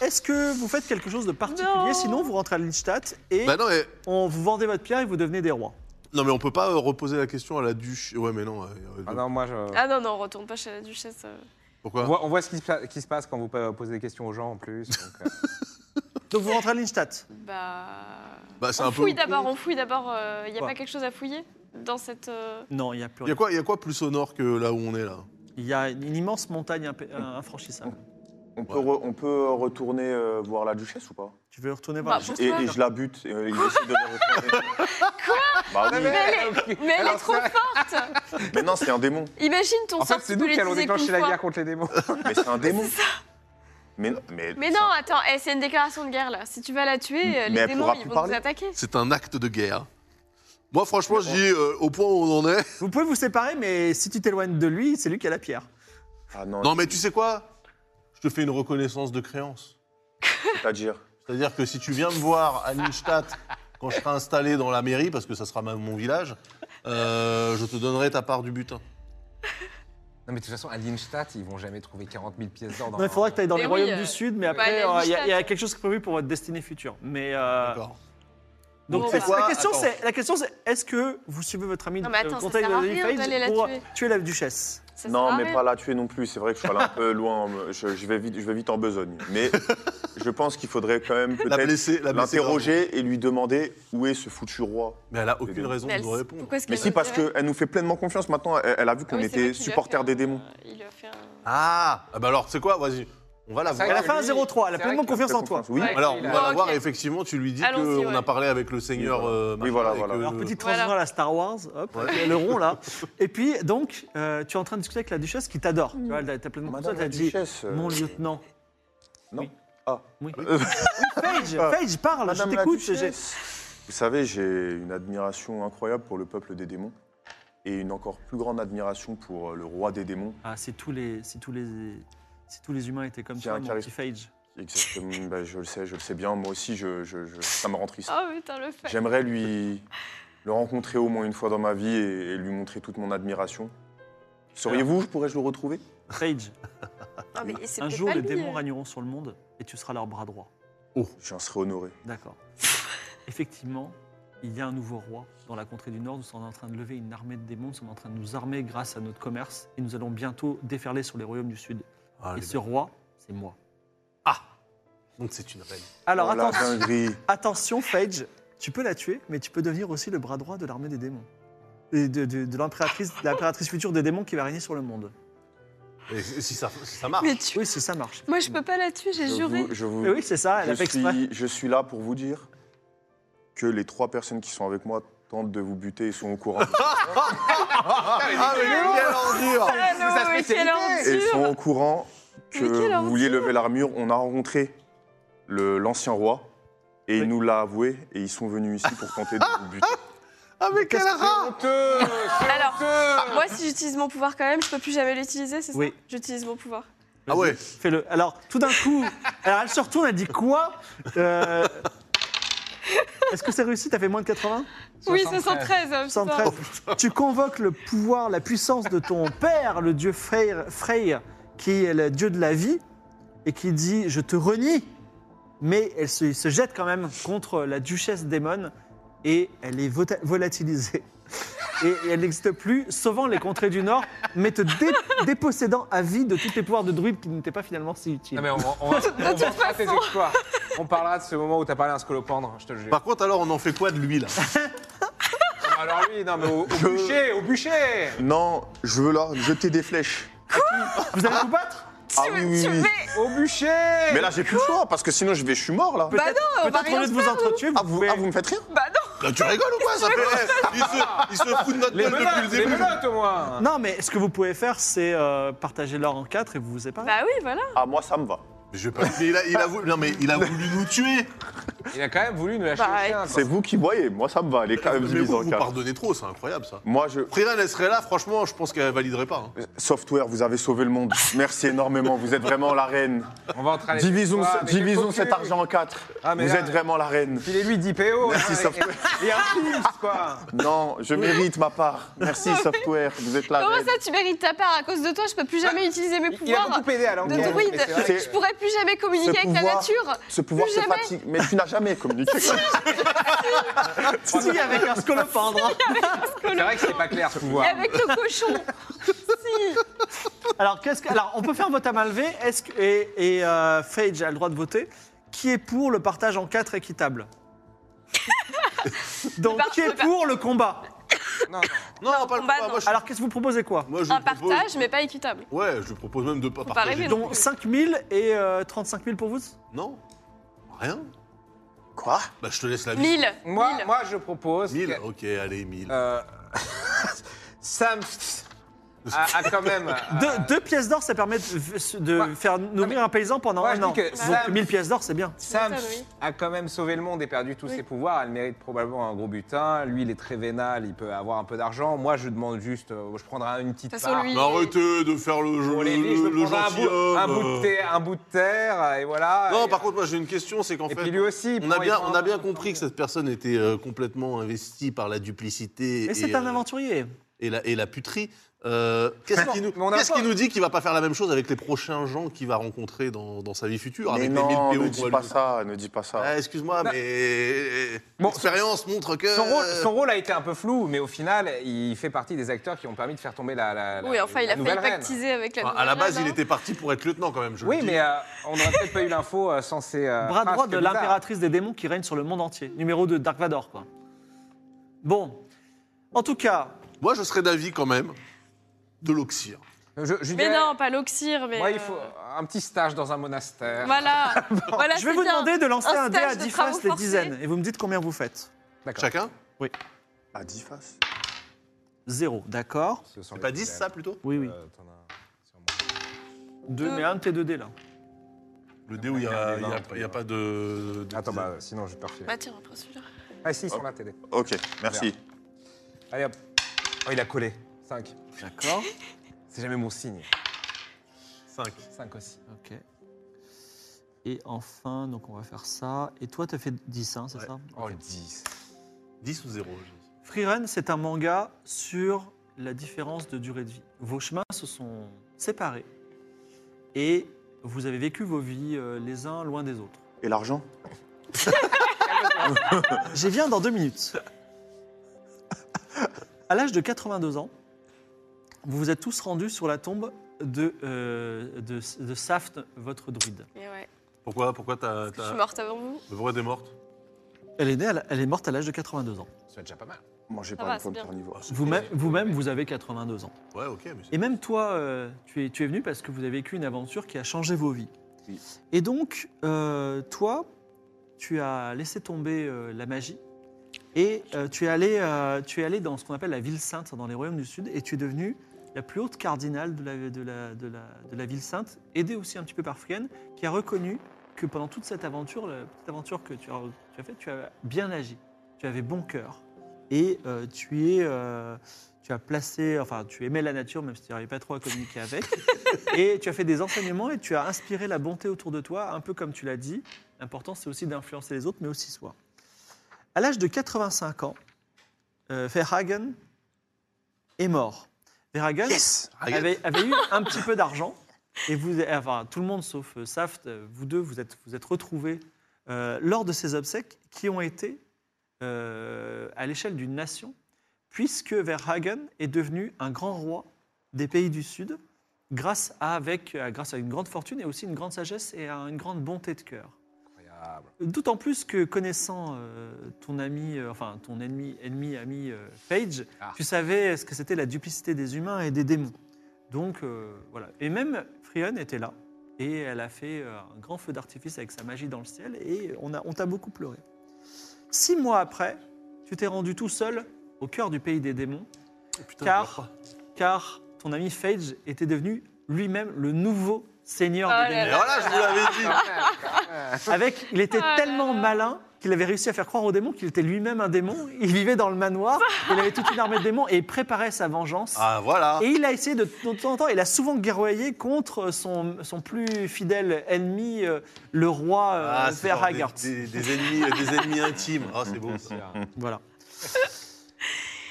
S2: Est-ce que vous faites quelque chose de particulier
S6: Non.
S2: Sinon, vous rentrez à Lindstadt et
S5: Bah non, mais,
S2: on vous vendez votre pierre et vous devenez des rois.
S5: non, mais on peut pas euh, reposer la question à la duche. Ouais, mais non. euh, euh,
S3: Ah non, moi, je...
S6: Ah non, non, on retourne pas chez la duchesse. euh.
S5: Pourquoi
S3: on, voit, on voit ce qui, se pa- qui se passe quand vous pa- posez des questions aux gens en plus. donc, euh,
S2: Donc vous rentrez à Lindstadt.
S6: Bah.
S5: Bah, c'est
S6: On
S5: un peu.
S6: fouille d'abord, on fouille d'abord. Il n'y a
S2: Quoi
S6: pas quelque chose à fouiller dans cette. euh,
S2: Non, il n'y a plus
S5: Il y,
S2: rien.
S5: a quoi, il y a quoi plus sonore que là où on est là
S2: Il y a une immense montagne imp- euh, infranchissable.
S4: On peut, re- on peut retourner euh, voir la duchesse ou pas
S2: Tu veux retourner voir
S6: Bah,
S2: les gens
S4: et,
S6: Pourquoi
S4: et je la bute. Et, euh, il essaie de me retrouver. Bah oui.
S3: Mais
S6: Mais elle est trop
S3: ça-
S6: forte
S4: Mais non, c'est un démon.
S6: Imagine ton
S3: En
S6: sort,
S3: fait,
S6: tu
S3: c'est
S6: peux
S3: nous qui allons
S6: l'utiliser
S3: déclencher
S6: qu'une
S3: la
S6: fois.
S3: guerre contre les démons.
S4: Mais c'est un démon. Mais non, mais,
S6: Mais non, attends, eh, c'est une déclaration de guerre là. Si tu vas la tuer, euh,
S4: Mais
S6: les
S4: elle
S6: démons
S4: pourra
S6: ils
S4: plus
S6: vont nous
S4: parler.
S6: attaquer.
S5: C'est un acte de guerre. Moi, franchement, je dis, euh, au point où on en est.
S2: Vous pouvez vous séparer, mais si tu t'éloignes de lui, c'est lui qui a la pierre.
S4: Ah non,
S5: Non, mais tu sais quoi Je te fais une reconnaissance de créance.
S4: c'est-à-dire.
S5: C'est-à-dire que si tu viens me voir à Lindstadt quand je serai installé dans la mairie, parce que ça sera ma- mon village, Euh, je te donnerai ta part du butin.
S3: Non, mais de toute façon, à Lindstadt, ils vont jamais trouver 40 000 pièces d'or dans
S2: Non, il faudra que tu ailles dans
S6: Mais
S2: les
S6: oui,
S2: royaumes
S6: euh,
S2: du Sud, mais
S6: ouais,
S2: après,
S6: la
S2: euh, il y, a- il y a
S6: Lindstadt.
S2: quelque chose prévu pour votre destinée future. Mais
S6: Ah.
S2: euh,
S5: D'accord.
S2: donc,
S6: Bon,
S2: c'est-
S6: bah.
S2: Oh. la, question,
S5: Attends.
S2: c'est, la question, c'est est-ce que vous suivez votre ami
S6: Non, mais attends, ça
S2: Comtesse
S6: sert à
S2: de
S6: rien
S2: Fades
S6: d'aller la
S2: pour
S6: tuer.
S2: tuer la duchesse
S6: Ça sert
S4: Non,
S6: à
S4: mais
S6: rien.
S4: pas la tuer non plus. C'est vrai que je suis allé un peu loin. Je, je vais vite, je vais vite en besogne. Mais je pense qu'il faudrait quand même
S5: La
S4: peut-être
S5: blessée, la blessée
S4: l'interroger et lui demander où est ce foutu roi.
S5: grave. Mais elle a aucune raison
S6: Mais
S5: de
S6: elle-
S5: nous répondre.
S6: pourquoi est-ce
S4: Mais
S6: qu'elle
S4: si, parce
S6: dirait
S4: qu'elle nous fait pleinement confiance maintenant. Elle, elle a vu
S6: Ah
S4: qu'on
S6: oui, c'est vrai
S4: était
S6: qu'il lui a fait
S4: supporters
S6: un-
S4: des démons.
S6: Il lui a fait un.
S5: Ah, ah bah alors, tu sais quoi Vas-y, on va la voir.
S2: Elle a fait un 0-3, elle a
S3: c'est
S2: pleinement
S3: vrai qu'il
S2: confiance en toi.
S4: Oui.
S6: Ouais.
S5: Alors, on va
S6: Bon,
S5: la
S6: ok.
S5: voir et effectivement, tu lui dis
S6: Allons-y,
S5: qu'on a
S6: ouais.
S5: parlé avec le seigneur.
S4: Oui, voilà.
S5: euh,
S4: Oui,
S5: machin,
S4: voilà,
S5: et
S4: voilà.
S5: que-
S2: Alors, petite
S6: Voilà.
S2: transition à la Star Wars, hop,
S5: Ouais.
S2: avec le rond là. Et puis, donc, euh, tu es en train de discuter avec la duchesse qui t'adore.
S6: Mm.
S2: Tu vois, elle t'a pleinement confiance,
S4: Madame
S2: elle t'a
S4: la
S2: dit
S4: duchesse. euh,
S2: Mon lieutenant.
S4: Non.
S2: Oui.
S4: Ah.
S2: Oui.
S4: Euh,
S2: Page,
S4: Ah.
S2: Page, parle,
S4: Madame
S2: je
S4: la
S2: t'écoute. j'ai-
S4: duchesse. Vous savez, j'ai une admiration incroyable pour le peuple des démons et une encore plus grande admiration pour euh, le roi des démons.
S2: Ah, si tous les, si tous les, si tous les humains étaient comme
S4: J'ai
S2: toi,
S4: un
S2: mon
S4: charisme.
S2: petit Page.
S4: Exactement, bah, je le sais, je le sais bien. Moi aussi, je, je- je- ça me rend triste.
S6: Oh putain, le fait.
S4: J'aimerais lui le rencontrer au moins une fois dans ma vie et, et lui montrer toute mon admiration. Sauriez-vous, pourrais-je le retrouver
S2: Page,
S6: Ah, mais c'est
S2: un
S6: peut-être
S2: jour,
S6: pas
S2: les
S6: lui,
S2: démons
S6: euh.
S2: régneront sur le monde et tu seras leur bras droit.
S4: J'en serais honoré.
S2: D'accord. Effectivement, il y a un nouveau roi dans la contrée du Nord. Nous sommes en train de lever une armée de démons. Nous sommes en train de nous armer grâce à notre commerce. Et nous allons bientôt déferler sur les royaumes du Sud.
S5: Ah,
S2: et
S5: les
S2: ce roi, c'est moi.
S5: mecs. Donc, c'est une reine.
S2: Alors
S4: Oh, la
S2: attention,
S4: dinguerie.
S2: attention, Phage, tu peux la tuer, mais tu peux devenir aussi le bras droit de l'armée des démons. Et de de- de l'impératrice de l'impératrice future des démons qui va régner sur le monde.
S5: Et si ça, si ça marche.
S6: Mais tu.
S2: Oui, si ça marche.
S6: Moi, je peux pas la tuer, j'ai
S4: Je
S6: juré.
S4: vous- je vous-
S2: Mais oui, c'est ça, elle a
S4: je
S2: fait exprès.
S4: suis, je suis là pour vous dire que les trois personnes qui sont avec moi tentent de vous buter et sont au courant.
S5: Ah, mais quelle ordure
S6: Ah non,
S3: sa
S6: mais quelle
S3: spécialité.
S4: et
S6: ordure
S4: sont au courant que
S6: Mais quelle
S4: vous vouliez lever l'armure. On a rencontré le- l'ancien roi et
S2: Oui.
S4: il nous l'a avoué et ils sont venus ici pour tenter de vous buter.
S5: Ah, mais quelle rare
S3: Honteux
S6: Alors,
S4: Ah,
S6: ah, moi, si j'utilise mon pouvoir quand même, je peux plus jamais l'utiliser, c'est ça
S2: Oui.
S6: J'utilise mon pouvoir.
S5: Ah ouais.
S2: Fais-le. Alors, tout d'un coup, alors elle se retourne, elle dit quoi Euh, Est-ce que c'est réussi T'as fait moins de 80
S6: Oui, 73. hein, putain.
S2: 73. tu convoques le pouvoir, la puissance de ton père, le dieu Freyr, Freyr, qui est le dieu de la vie, et qui dit Je te renie. Mais elle se, se jette quand même contre la duchesse démon, et elle est vota- volatilisée. Et et elle n'existe plus, sauvant les contrées du Nord, mais te dé- dépossédant à vie de tous tes pouvoirs de druide qui n'étaient pas finalement si utiles.
S3: Non, mais on, on, on, on pensera à tes exploits. On parlera de ce moment où t'as parlé à un scolopendre, je te le jure. Ah,
S5: Par contre, alors, on en fait quoi de lui, là
S3: Alors lui, non, mais au, au bûcher, au bûcher
S4: Non, je veux leur jeter des flèches.
S2: Vous allez vous battre
S4: Ah
S6: Tu-
S4: oui, oui,
S6: tu-
S4: oui.
S6: mais-
S3: Au bûcher
S4: Mais là, j'ai plus le choix parce que sinon, je vais, je suis mort là.
S6: Bah non, on va
S2: Peut-être au
S6: rien
S2: lieu de
S6: se
S2: vous
S6: faire.
S2: entretuer, vous,
S4: Ah, vous,
S2: pouvez-
S4: ah, vous me faites rire
S6: Bah non,
S5: Là, Tu rigoles ou quoi ça fait... Eh, il, se, il se fout de notre
S3: Les
S5: gueule depuis
S3: menottes,
S5: le
S3: les
S5: début.
S3: menottes au moins
S2: Non, mais ce que vous pouvez faire, c'est euh, partager l'or en quatre et vous vous séparez.
S6: bah oui, voilà.
S4: Ah, moi, ça me va.
S5: Je vais pas... mais il, a, il a voulu... Non, mais il a voulu nous tuer.
S3: Il a quand même voulu nous lâcher
S6: Bah,
S3: le chien, quoi.
S4: C'est vous qui voyez, moi, ça me va. Les cas,
S5: Mais
S4: divisés
S5: vous,
S4: en
S5: vous
S4: quatre.
S5: pardonnez trop, c'est incroyable, ça.
S4: Moi, je.
S5: Freeran, elle serait là, franchement, je pense qu'elle validerait pas. hein.
S4: Software, vous avez sauvé le monde. Merci énormément. Vous êtes vraiment la reine.
S3: On va entrer à
S4: Divisons,
S3: l'exploit,
S4: ce-
S3: mais
S4: divisons
S3: quel
S4: cet
S3: cocu.
S4: argent en quatre.
S3: Ah, mais
S4: vous
S3: là-
S4: êtes vraiment la reine.
S3: Filez-lui 10 PO
S4: Merci,
S3: hein,
S4: Software.
S3: et, et un Pim's, quoi
S4: Non, je mérite ma part. Merci, Software. Vous êtes la
S6: Comment
S4: reine.
S6: ça, tu mérites ta part À cause de toi, je peux plus
S4: Bah,
S6: jamais utiliser mes
S3: Il a
S6: pouvoirs
S3: beaucoup aidé à l'enquête.
S6: de druide.
S3: mais c'est vrai que-
S6: Je pourrais plus jamais communiquer avec la
S4: pouvoir-
S6: nature.
S4: Ce pouvoir,
S6: Plus
S4: c'est
S6: jamais.
S4: fatigue. Mais tu n'as jamais communiqué.
S2: Si, avec un scolopendre.
S3: C'est vrai que c'est pas clair ce
S6: Et
S3: pouvoir.
S6: avec le cochon. si.
S2: Alors, qu'est-ce que, alors, on peut faire vote à main levée. Est-ce que, et et euh, Phage a le droit de voter. Qui est pour le partage en quatre équitable Donc, qui est pour le combat
S3: Non, non.
S5: Non, pas le combat,
S6: bah non.
S5: moi, je...
S2: Alors, qu'est-ce que vous proposez quoi
S5: moi, je
S6: Un
S5: lui propose-
S6: partage, mais pas équitable.
S3: Bah,
S5: Ouais, je lui propose même de pas
S6: pas
S5: partager.
S6: rêver,
S5: non.
S2: Donc, 5 000 et euh, 35 000 pour vous
S5: Rien
S4: Quoi
S5: Bah, je te laisse la vie.
S6: 1000.
S3: Moi,
S6: 1000.
S3: moi, je propose. euh,
S5: 1000
S3: que,
S5: Ok, allez, 1000.
S3: euh, Sam, Ah, ah, quand même. ah,
S2: Deux, deux pièces d'or, ça permet de, de
S3: Ouais.
S2: faire nourrir un paysan pendant
S3: Ouais,
S2: un
S3: je dis
S2: an.
S3: que ça-
S2: Donc 1000 pièces d'or, c'est bien.
S3: Sam
S6: m'étonnes, oui.
S3: a quand même sauvé le monde et perdu tous
S6: Oui.
S3: ses pouvoirs. Elle mérite probablement un gros butin. Lui, il est très vénal, il peut avoir un peu d'argent. Moi, je demande juste, euh, je prendrai une petite
S6: De toute façon,
S3: part.
S6: lui-
S5: Mais arrêtez de faire le jeu,
S3: Pour les vies, je
S5: le,
S3: me prendrai un
S5: gentil
S3: bout, un,
S5: homme.
S3: bout de terre, un bout de terre, et voilà.
S5: Non,
S3: Et-
S5: par contre, moi j'ai une question, c'est qu'en
S3: Et
S5: fait,
S3: puis lui aussi, il
S5: on
S3: prend-
S5: a bien,
S3: il prend-
S5: on a bien compris que cette personne était euh, complètement investie par la duplicité
S2: Et
S5: et,
S2: c'est un
S5: euh,
S2: aventurier.
S5: et la, et la puterie. Euh, Qu'est-ce
S3: Mais
S5: qui nous,
S3: on a
S5: qu'est-ce
S3: pas-
S5: qui nous dit qu'il va pas faire la même chose avec les prochains gens qu'il va rencontrer dans, dans sa vie future
S4: Mais
S5: avec
S4: non,
S5: les
S4: ne
S5: 1000 PO qu'on va
S4: dis
S5: lui-
S4: pas ça, ne dis pas ça.
S5: Ah, Excuse-moi,
S3: Non.
S5: mais
S3: Bah, Bon,
S5: l'expérience montre que
S3: Son rôle, son rôle a été un peu flou, mais au final, il fait partie des acteurs qui ont permis de faire tomber la. la, la-
S6: Oui, enfin, il
S3: la
S6: a failli
S3: nouvelle reine.
S6: pactiser avec la
S5: Enfin,
S6: nouvelle
S5: Ah, à la base,
S6: reine,
S5: il
S6: hein.
S5: était parti pour être lieutenant quand même. Je
S3: Oui,
S5: le dis.
S3: mais euh, on n'aurait peut-être pas eu l'info euh, sans ces. euh,
S2: Bras
S3: phrases,
S2: droit
S3: c'est
S2: de
S3: bizarre.
S2: l'impératrice des démons qui règne sur le monde entier. Numéro 2, Dark Vador, quoi. Bon. En tout cas,
S5: moi, je serais d'avis quand même de l'oxyre.
S3: Je- je
S6: Mais
S3: dirais-
S6: non, pas l'oxyre, mais.
S3: Moi, il faut
S6: euh,
S3: un petit stage dans un monastère.
S6: Voilà, voilà
S2: je vais
S6: Bah, c'est
S2: vous
S6: bien.
S2: demander de lancer
S6: Un
S2: un, dé à
S6: stage de
S2: 10
S6: travaux
S2: faces les
S6: forcés.
S2: dizaines. Et vous me dites combien vous faites.
S3: D'accord.
S5: Chacun
S4: À 10 faces.
S2: Zéro, d'accord.
S3: Si on sent
S5: C'est
S3: les
S5: pas 10
S3: problèmes.
S5: ça plutôt
S2: Oui, oui.
S3: Euh, t'en as- c'est en moins.
S2: Deux,
S6: Deux.
S2: mais un de tes deux dés, là.
S5: Le dé où il n'y
S3: Regarde
S5: a,
S3: les
S5: il y a-
S3: vins,
S5: il y a pas de. de-
S3: Attends, bah, sinon, je vais partir.
S6: Bah, tiens, on prend celui-là.
S3: Ah, si, ils sont là, télé.
S4: Ok, merci.
S3: Allez, hop. Oh, il a collé. 5.
S2: D'accord.
S3: C'est jamais mon signe.
S5: 5.
S3: 5 aussi.
S2: Ok. Et enfin, donc on va faire ça. Et toi, t'as fait 10, hein, c'est
S5: Ouais.
S2: ça
S3: Oh, le 10.
S5: 10 ou 0
S2: Free Run, c'est un manga sur la différence de durée de vie. Vos chemins se sont séparés et vous avez vécu vos vies euh, les uns loin des autres.
S4: Et l'argent
S2: J'y viens dans deux minutes. À l'âge de 82 ans, vous vous êtes tous rendus sur la tombe de, euh, de, de Saft, votre druide.
S6: Et ouais.
S5: Pourquoi Pourquoi t'as.
S6: Je
S5: t'as-
S6: suis morte avant vous.
S5: Le vrai est morte
S2: Elle est, née à la- elle est morte à l'âge de 82 ans.
S3: C'est déjà pas mal.
S4: Mangez
S6: va,
S4: pas une
S6: c'est
S4: pomme
S6: bien.
S4: carnivore.
S2: Vous-même, vous-même, vous avez 82 ans.
S5: Ouais, ok, mais c'est-
S2: Et même toi, euh, tu, es, tu es venu parce que vous avez vécu une aventure qui a changé vos vies.
S4: Oui.
S2: Et donc, euh, toi, tu as laissé tomber euh, la magie et euh, tu, es allé, euh, tu es allé dans ce qu'on appelle la ville sainte, dans les royaumes du Sud, et tu es devenu la plus haute cardinale de la, de la- de la- de la ville sainte, aidée aussi un petit peu par Frienne, qui a reconnu que pendant toute cette aventure, la petite aventure que tu as, tu as faite, tu as bien agi, tu avais bon cœur, et euh, tu es... euh, tu as placé, enfin, tu aimais la nature, même si tu n'arrivais pas trop à communiquer avec. et tu as fait des enseignements et tu as inspiré la bonté autour de toi, un peu comme tu l'as dit. L'important, c'est aussi d'influencer les autres, mais aussi soi. À l'âge de 85 ans, euh, Verhagen est mort. Verhagen avait, avait eu un petit peu d'argent. Et vous, enfin, tout le monde sauf euh, Saft, euh, vous deux, vous êtes, vous êtes retrouvés euh, lors de ces obsèques qui ont été euh, à l'échelle d'une nation, puisque Verhagen est devenu un grand roi des pays du Sud grâce à, avec, euh, grâce à une grande fortune et aussi une grande sagesse et à une grande bonté de cœur.
S3: Incroyable.
S2: D'autant plus que connaissant euh, ton ami, euh, enfin ton ennemi, ennemi, ami euh, Page,
S3: Ah.
S2: tu savais ce que c'était la duplicité des humains et des démons. Donc euh, voilà. Et même Frion était là et elle a fait euh, un grand feu d'artifice avec sa magie dans le ciel et on a- on t'a beaucoup pleuré. Six mois après, tu t'es rendu tout seul au cœur du pays des démons
S5: Oh, Putain, je
S2: car,
S5: vois pas.
S2: car ton ami Phage était devenu lui-même le nouveau seigneur
S6: Oh là
S2: des
S6: là.
S5: Et
S2: démons.
S5: voilà, je vous l'avais dit
S2: Avec, il était
S6: Oh là
S2: tellement
S6: là.
S2: malin qu'il avait réussi à faire croire aux démons qu'il était lui-même un démon. Il vivait dans le manoir, il avait toute une armée de démons et il préparait sa vengeance.
S5: Ah, voilà
S2: Et il a essayé de, de temps en temps, il a souvent guerroyé contre son, son plus fidèle ennemi, euh, le roi euh,
S5: Ah, c'est genre
S2: Verhagert.
S5: des, des- des ennemis, des ennemis intimes. Ah, c'est beau. ça.
S2: Voilà.
S5: Qui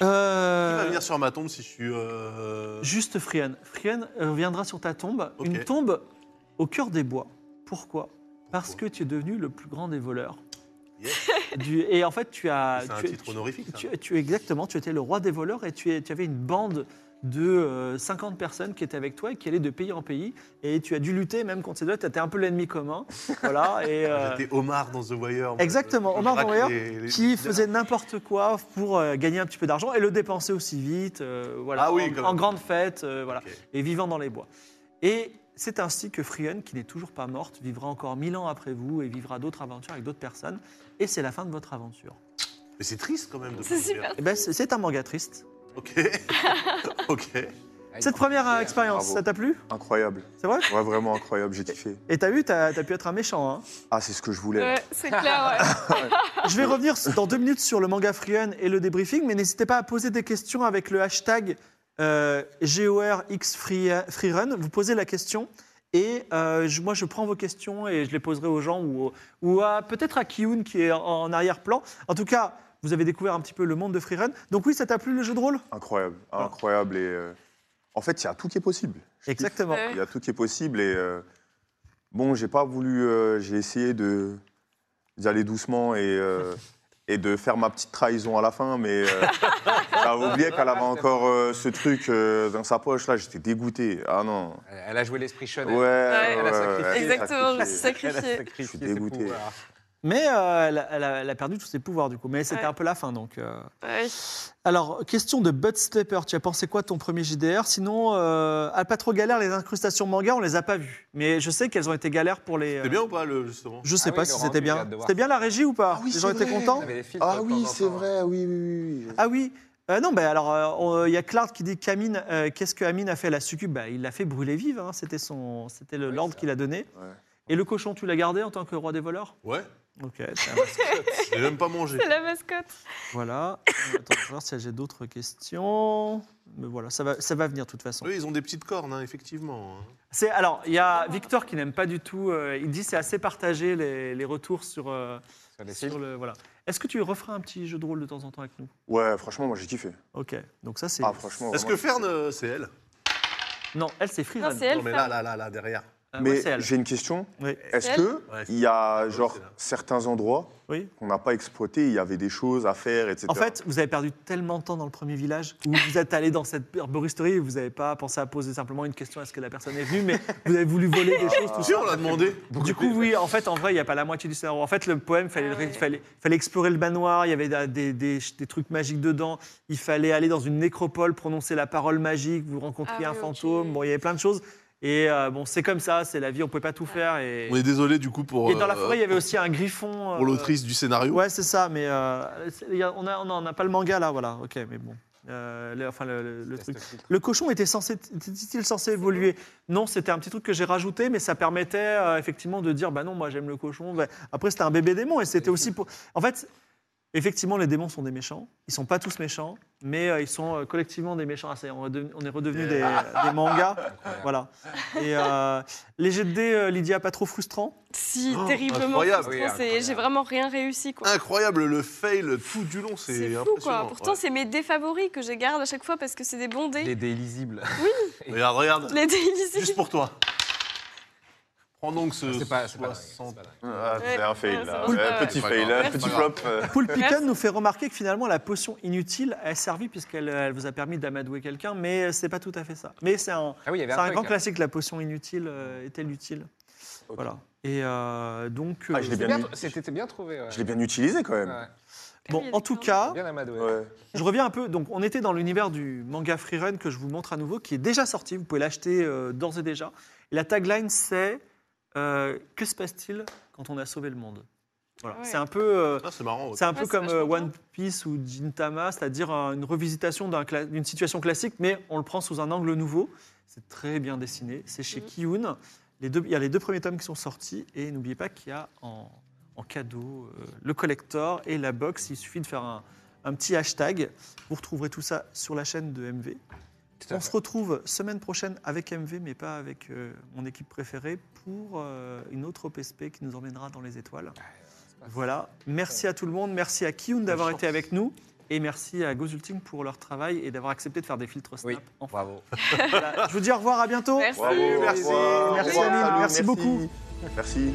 S2: Euh,
S5: va venir sur ma tombe si je suis. euh,
S2: Juste Frienne. Frienne reviendra sur ta tombe,
S5: Ok.
S2: une tombe au cœur des bois. Pourquoi Parce que tu es devenu le plus grand des voleurs.
S5: Yes.
S2: Du- et en fait, tu as.
S5: C'est un
S2: tu-
S5: titre honorifique. ça.
S2: tu, tu- exactement, tu étais le roi des voleurs et tu, es- tu avais une bande de euh, 50 personnes qui étaient avec toi et qui allaient de pays en pays. Et tu as dû lutter même contre ces deux. Tu étais un peu l'ennemi commun. voilà. Et, euh,
S5: Ah, J'étais Omar dans The Wire. moi.
S2: Exactement,
S5: Je
S2: Omar
S5: braque
S2: dans The Wire,
S5: les- les-
S2: qui faisait n'importe quoi pour euh, gagner un petit peu d'argent et le dépenser aussi vite, euh, voilà,
S5: Ah oui,
S2: en,
S5: quand
S2: en
S5: même.
S2: grande fête, euh, voilà,
S5: Ok.
S2: et vivant dans les bois. Et c'est ainsi que Frion, qui n'est toujours pas morte, vivra encore mille ans après vous et vivra d'autres aventures avec d'autres personnes. Et c'est la fin de votre aventure. ben,
S5: Mais c'est triste quand même de
S6: C'est
S5: pas le
S6: super.
S5: dire.
S2: Eh ben, c'est c'est un manga triste.
S5: Ok. ok.
S2: Cette première euh, expérience,
S4: Bravo.
S2: ça t'a plu
S4: Incroyable.
S2: C'est vrai
S4: Ouais, vraiment incroyable, j'ai kiffé.
S2: Et t'as vu, t'as as pu être un méchant. hein.
S4: Ah, c'est ce que je voulais.
S6: Ouais, c'est clair, ouais.
S2: Je vais revenir dans deux minutes sur le manga Freeun et le débriefing, mais n'hésitez pas à poser des questions avec le hashtag euh, GORXFreerun. Vous posez la question et euh, je- moi je prends vos questions et je les poserai aux gens ou, au- ou à- peut-être à Kiun qui est en, en arrière-plan. En tout cas, vous avez découvert un petit peu le monde de Freerun. Donc oui, ça t'a plu le jeu de rôle
S4: Incroyable,
S2: Voilà.
S4: incroyable. Et euh, en fait, il y a tout qui est possible. Je kiffe.
S2: Exactement.
S6: Ouais.
S4: Il y a tout qui est possible. Et euh, bon, j'ai pas voulu. euh, j'ai essayé de d'y aller doucement et euh, et de faire ma petite trahison à la fin, mais euh, j'avais oublié qu'elle avait encore euh, ce truc euh, dans sa poche. Là, j'étais dégoûté. Ah non.
S3: Elle a joué l'esprit Sean.
S4: Ouais.
S3: elle a
S4: ouais,
S3: sacrifié.
S4: elle a
S6: Exactement, je me suis
S4: sacrifié.
S3: Elle a sacrifié
S6: sacrifiée.
S4: Je suis
S3: ses
S4: dégoûté.
S3: pouvoirs.
S2: Mais euh, elle, a- elle a, elle a perdu tous ses pouvoirs du coup. Mais c'était
S6: Ouais.
S2: un peu la fin donc. euh.
S6: Ouais.
S2: Alors, question de Bud Stepper. Tu as pensé quoi de ton premier JDR Sinon, euh, ah, pas trop galère les incrustations manga, on les a pas vues. Mais je sais qu'elles ont été galères pour les. euh,
S5: C'était bien ou pas, le, justement
S2: Je sais
S3: Ah oui,
S2: pas
S3: le
S2: si
S3: rendu,
S2: c'était
S3: j'ai
S2: bien.
S3: hâte de voir.
S2: C'était bien la régie ou pas
S4: Ah oui,
S2: Les gens
S4: c'est
S2: étaient
S4: vrai.
S2: contents
S3: On avait les filtres
S4: Ah
S3: de
S4: oui,
S3: temps en
S4: c'est
S3: temps.
S4: vrai. Oui, oui, oui, oui.
S2: Ah oui. Euh, non, ben alors, euh, on- il y a Clark qui dit qu'Amine, euh, qu'est-ce que Amine a fait à la succube Bah, Il l'a fait brûler vive. hein. C'était son, c'était le
S3: Oui,
S2: l'ordre
S3: ça.
S2: qu'il a donné.
S4: Ouais.
S2: Et le cochon, tu l'as gardé en tant que roi des voleurs
S5: Ouais,
S2: Ok. ça-
S5: je l'ai même pas mangé.
S6: C'est la mascotte.
S2: voilà. Attends, je vais voir si j'ai d'autres questions. Mais voilà, ça va, ça va venir de toute façon.
S5: Oui, ils ont des petites cornes, hein, effectivement. hein.
S2: C'est alors il y a Victor qui n'aime pas du tout. euh, il dit c'est assez partagé les, les retours sur, euh,
S3: Sur les
S2: sur
S3: filtres.
S2: le voilà. Est-ce que tu referas un petit jeu de rôle de temps en temps avec nous
S4: Ouais, franchement, moi j'ai kiffé.
S2: Ok. Donc ça c'est
S4: Ah, franchement.
S5: Est-ce
S4: vraiment,
S5: que Fern, euh, c'est elle
S2: non elle c'est free
S6: Non,
S2: run.
S6: c'est elle.
S5: Non, mais là, là, là, là, derrière.
S2: Euh, ouais,
S4: Mais
S2: c'est elle.
S4: j'ai une question.
S2: Oui.
S4: Est-ce
S6: Elle
S4: que
S5: Ouais.
S4: il y a genre
S5: c'est là.
S4: certains endroits
S2: Oui.
S4: qu'on n'a pas exploité, il y avait des choses à faire, etc.
S2: En fait, vous avez perdu tellement de temps dans le premier village où vous êtes allé dans cette herboristerie et vous n'avez pas pensé à poser simplement une question est-ce que la personne est venue, mais vous avez voulu voler
S4: Ah,
S2: des choses.
S5: Si, on l'a demandé.
S2: Du coup, oui, en fait, en vrai, il n'y a pas la moitié du scénario. En fait, le poème, fallait, le-
S6: Ah ouais.
S2: fallait, fallait explorer le manoir, il y avait des, des- des- des trucs magiques dedans, il fallait aller dans une nécropole, prononcer la parole magique, vous rencontriez
S6: Ah
S2: un
S6: oui, ok.
S2: fantôme, bon, il y avait plein de choses. Et euh, bon, c'est comme ça, c'est la vie, on ne pouvait pas tout faire. Et,
S5: On est désolé, du coup, pour,
S2: et dans la
S5: euh,
S2: forêt, il y avait aussi un griffon.
S5: pour
S2: euh,
S5: l'autrice du scénario.
S2: Ouais, c'est ça, mais euh, c'est- il y a- on n'a pas le manga là, voilà, ok, mais bon. Euh, le- enfin, le, le- le truc. Le cochon était censé, était-il censé évoluer Non, c'était un petit truc que j'ai rajouté, mais ça permettait euh, effectivement de dire, bah non, moi j'aime le cochon. Bah, Après, c'était un bébé démon et c'était aussi pour. En fait, effectivement, les démons sont des méchants. Ils sont pas tous méchants, mais euh, ils sont euh, collectivement des méchants. Ah, ça y est, on, est devenu- on est redevenus des, des mangas, voilà. Et euh, les jets de dés, euh, Lydia, pas trop frustrant.
S6: Si,
S5: Oh,
S6: terriblement
S5: incroyable.
S6: frustrant,
S3: Oui,
S6: c'est-
S3: incroyable.
S6: J'ai vraiment rien réussi, quoi.
S5: Incroyable le fail tout du long, c'est
S6: C'est fou,
S5: impressionnant.
S6: quoi. Pourtant,
S5: ouais.
S6: c'est mes dés favoris que je garde à chaque fois parce que c'est des bons
S3: Les
S6: dés.
S3: délisibles.
S5: Regarde, regarde.
S6: Les dés illisibles.
S5: Juste pour toi. Prends donc ce.
S3: Ah, C'est pas. c'est pas dingue, c'est
S5: 60.
S3: pas dingue.
S4: Ah, c'est
S6: Ouais,
S4: un fail, là.
S6: ouais, c'est bon,
S4: Ouais,
S2: euh,
S6: ouais.
S4: petit
S5: Ouais,
S4: fail,
S5: c'est pas
S4: là, petit flop.
S5: grave.
S4: euh.
S2: Poule Pican
S6: Merci.
S2: nous fait remarquer que finalement la potion inutile a servi puisqu'elle euh, elle vous a permis d'amadouer quelqu'un, mais euh, c'est pas tout à fait ça. Mais c'est un,
S3: Ah oui, il y avait
S2: C'est un
S3: un
S2: grand
S3: truc. là.
S2: classique, la potion inutile euh, est-elle utile
S4: Ok.
S2: Voilà. Et euh, donc,
S4: Ah, je l'ai
S2: euh,
S4: bien
S3: Bien-
S4: eu.
S3: C'était bien trouvé. ouais.
S4: Je l'ai bien utilisé quand même.
S3: Ouais,
S2: bon,
S6: Il y a
S2: en
S6: des
S2: tout
S6: cartes.
S2: cas,
S3: Bien amadoué.
S4: Ouais.
S2: je reviens un peu. Donc, on était dans l'univers du manga Freerun que je vous montre à nouveau, qui est déjà sorti. Vous pouvez l'acheter euh, d'ores et déjà. Et la tagline, c'est euh, Que se passe-t-il quand on a sauvé le monde Voilà.
S6: Ouais.
S2: C'est un peu. euh,
S5: Ah, c'est marrant. ouais.
S2: C'est un peu
S6: c'est
S2: comme euh,
S6: vachement
S2: One Piece ou Gintama, c'est-à-dire euh, une revisitation d'un cla- d'une situation classique, mais on le prend sous un angle nouveau. C'est très bien dessiné. C'est chez
S6: Mhm.
S2: Kiyun. Les deux, il y a les deux premiers tomes qui sont sortis. Et n'oubliez pas qu'il y a en, en cadeau euh, le collector et la box. Il suffit de faire un, un petit hashtag. Vous retrouverez tout ça sur la chaîne de MV.
S3: à
S2: On
S3: fait.
S2: se retrouve semaine prochaine avec MV, mais pas avec euh, mon équipe préférée, pour euh, une autre OPSP qui nous emmènera dans les étoiles.
S3: Ah,
S2: Voilà, merci à tout le monde, merci à Kiyun d'avoir été avec nous et merci à Gozulting pour leur travail et d'avoir accepté de faire des filtres snap.
S3: Oui,
S2: Enfin,
S3: bravo.
S2: voilà. Je vous dis au revoir, à bientôt.
S6: Merci.
S4: Bravo, au revoir.
S2: merci,
S4: Au revoir.
S2: merci,
S4: Salut,
S2: Amine, merci beaucoup.
S4: Merci.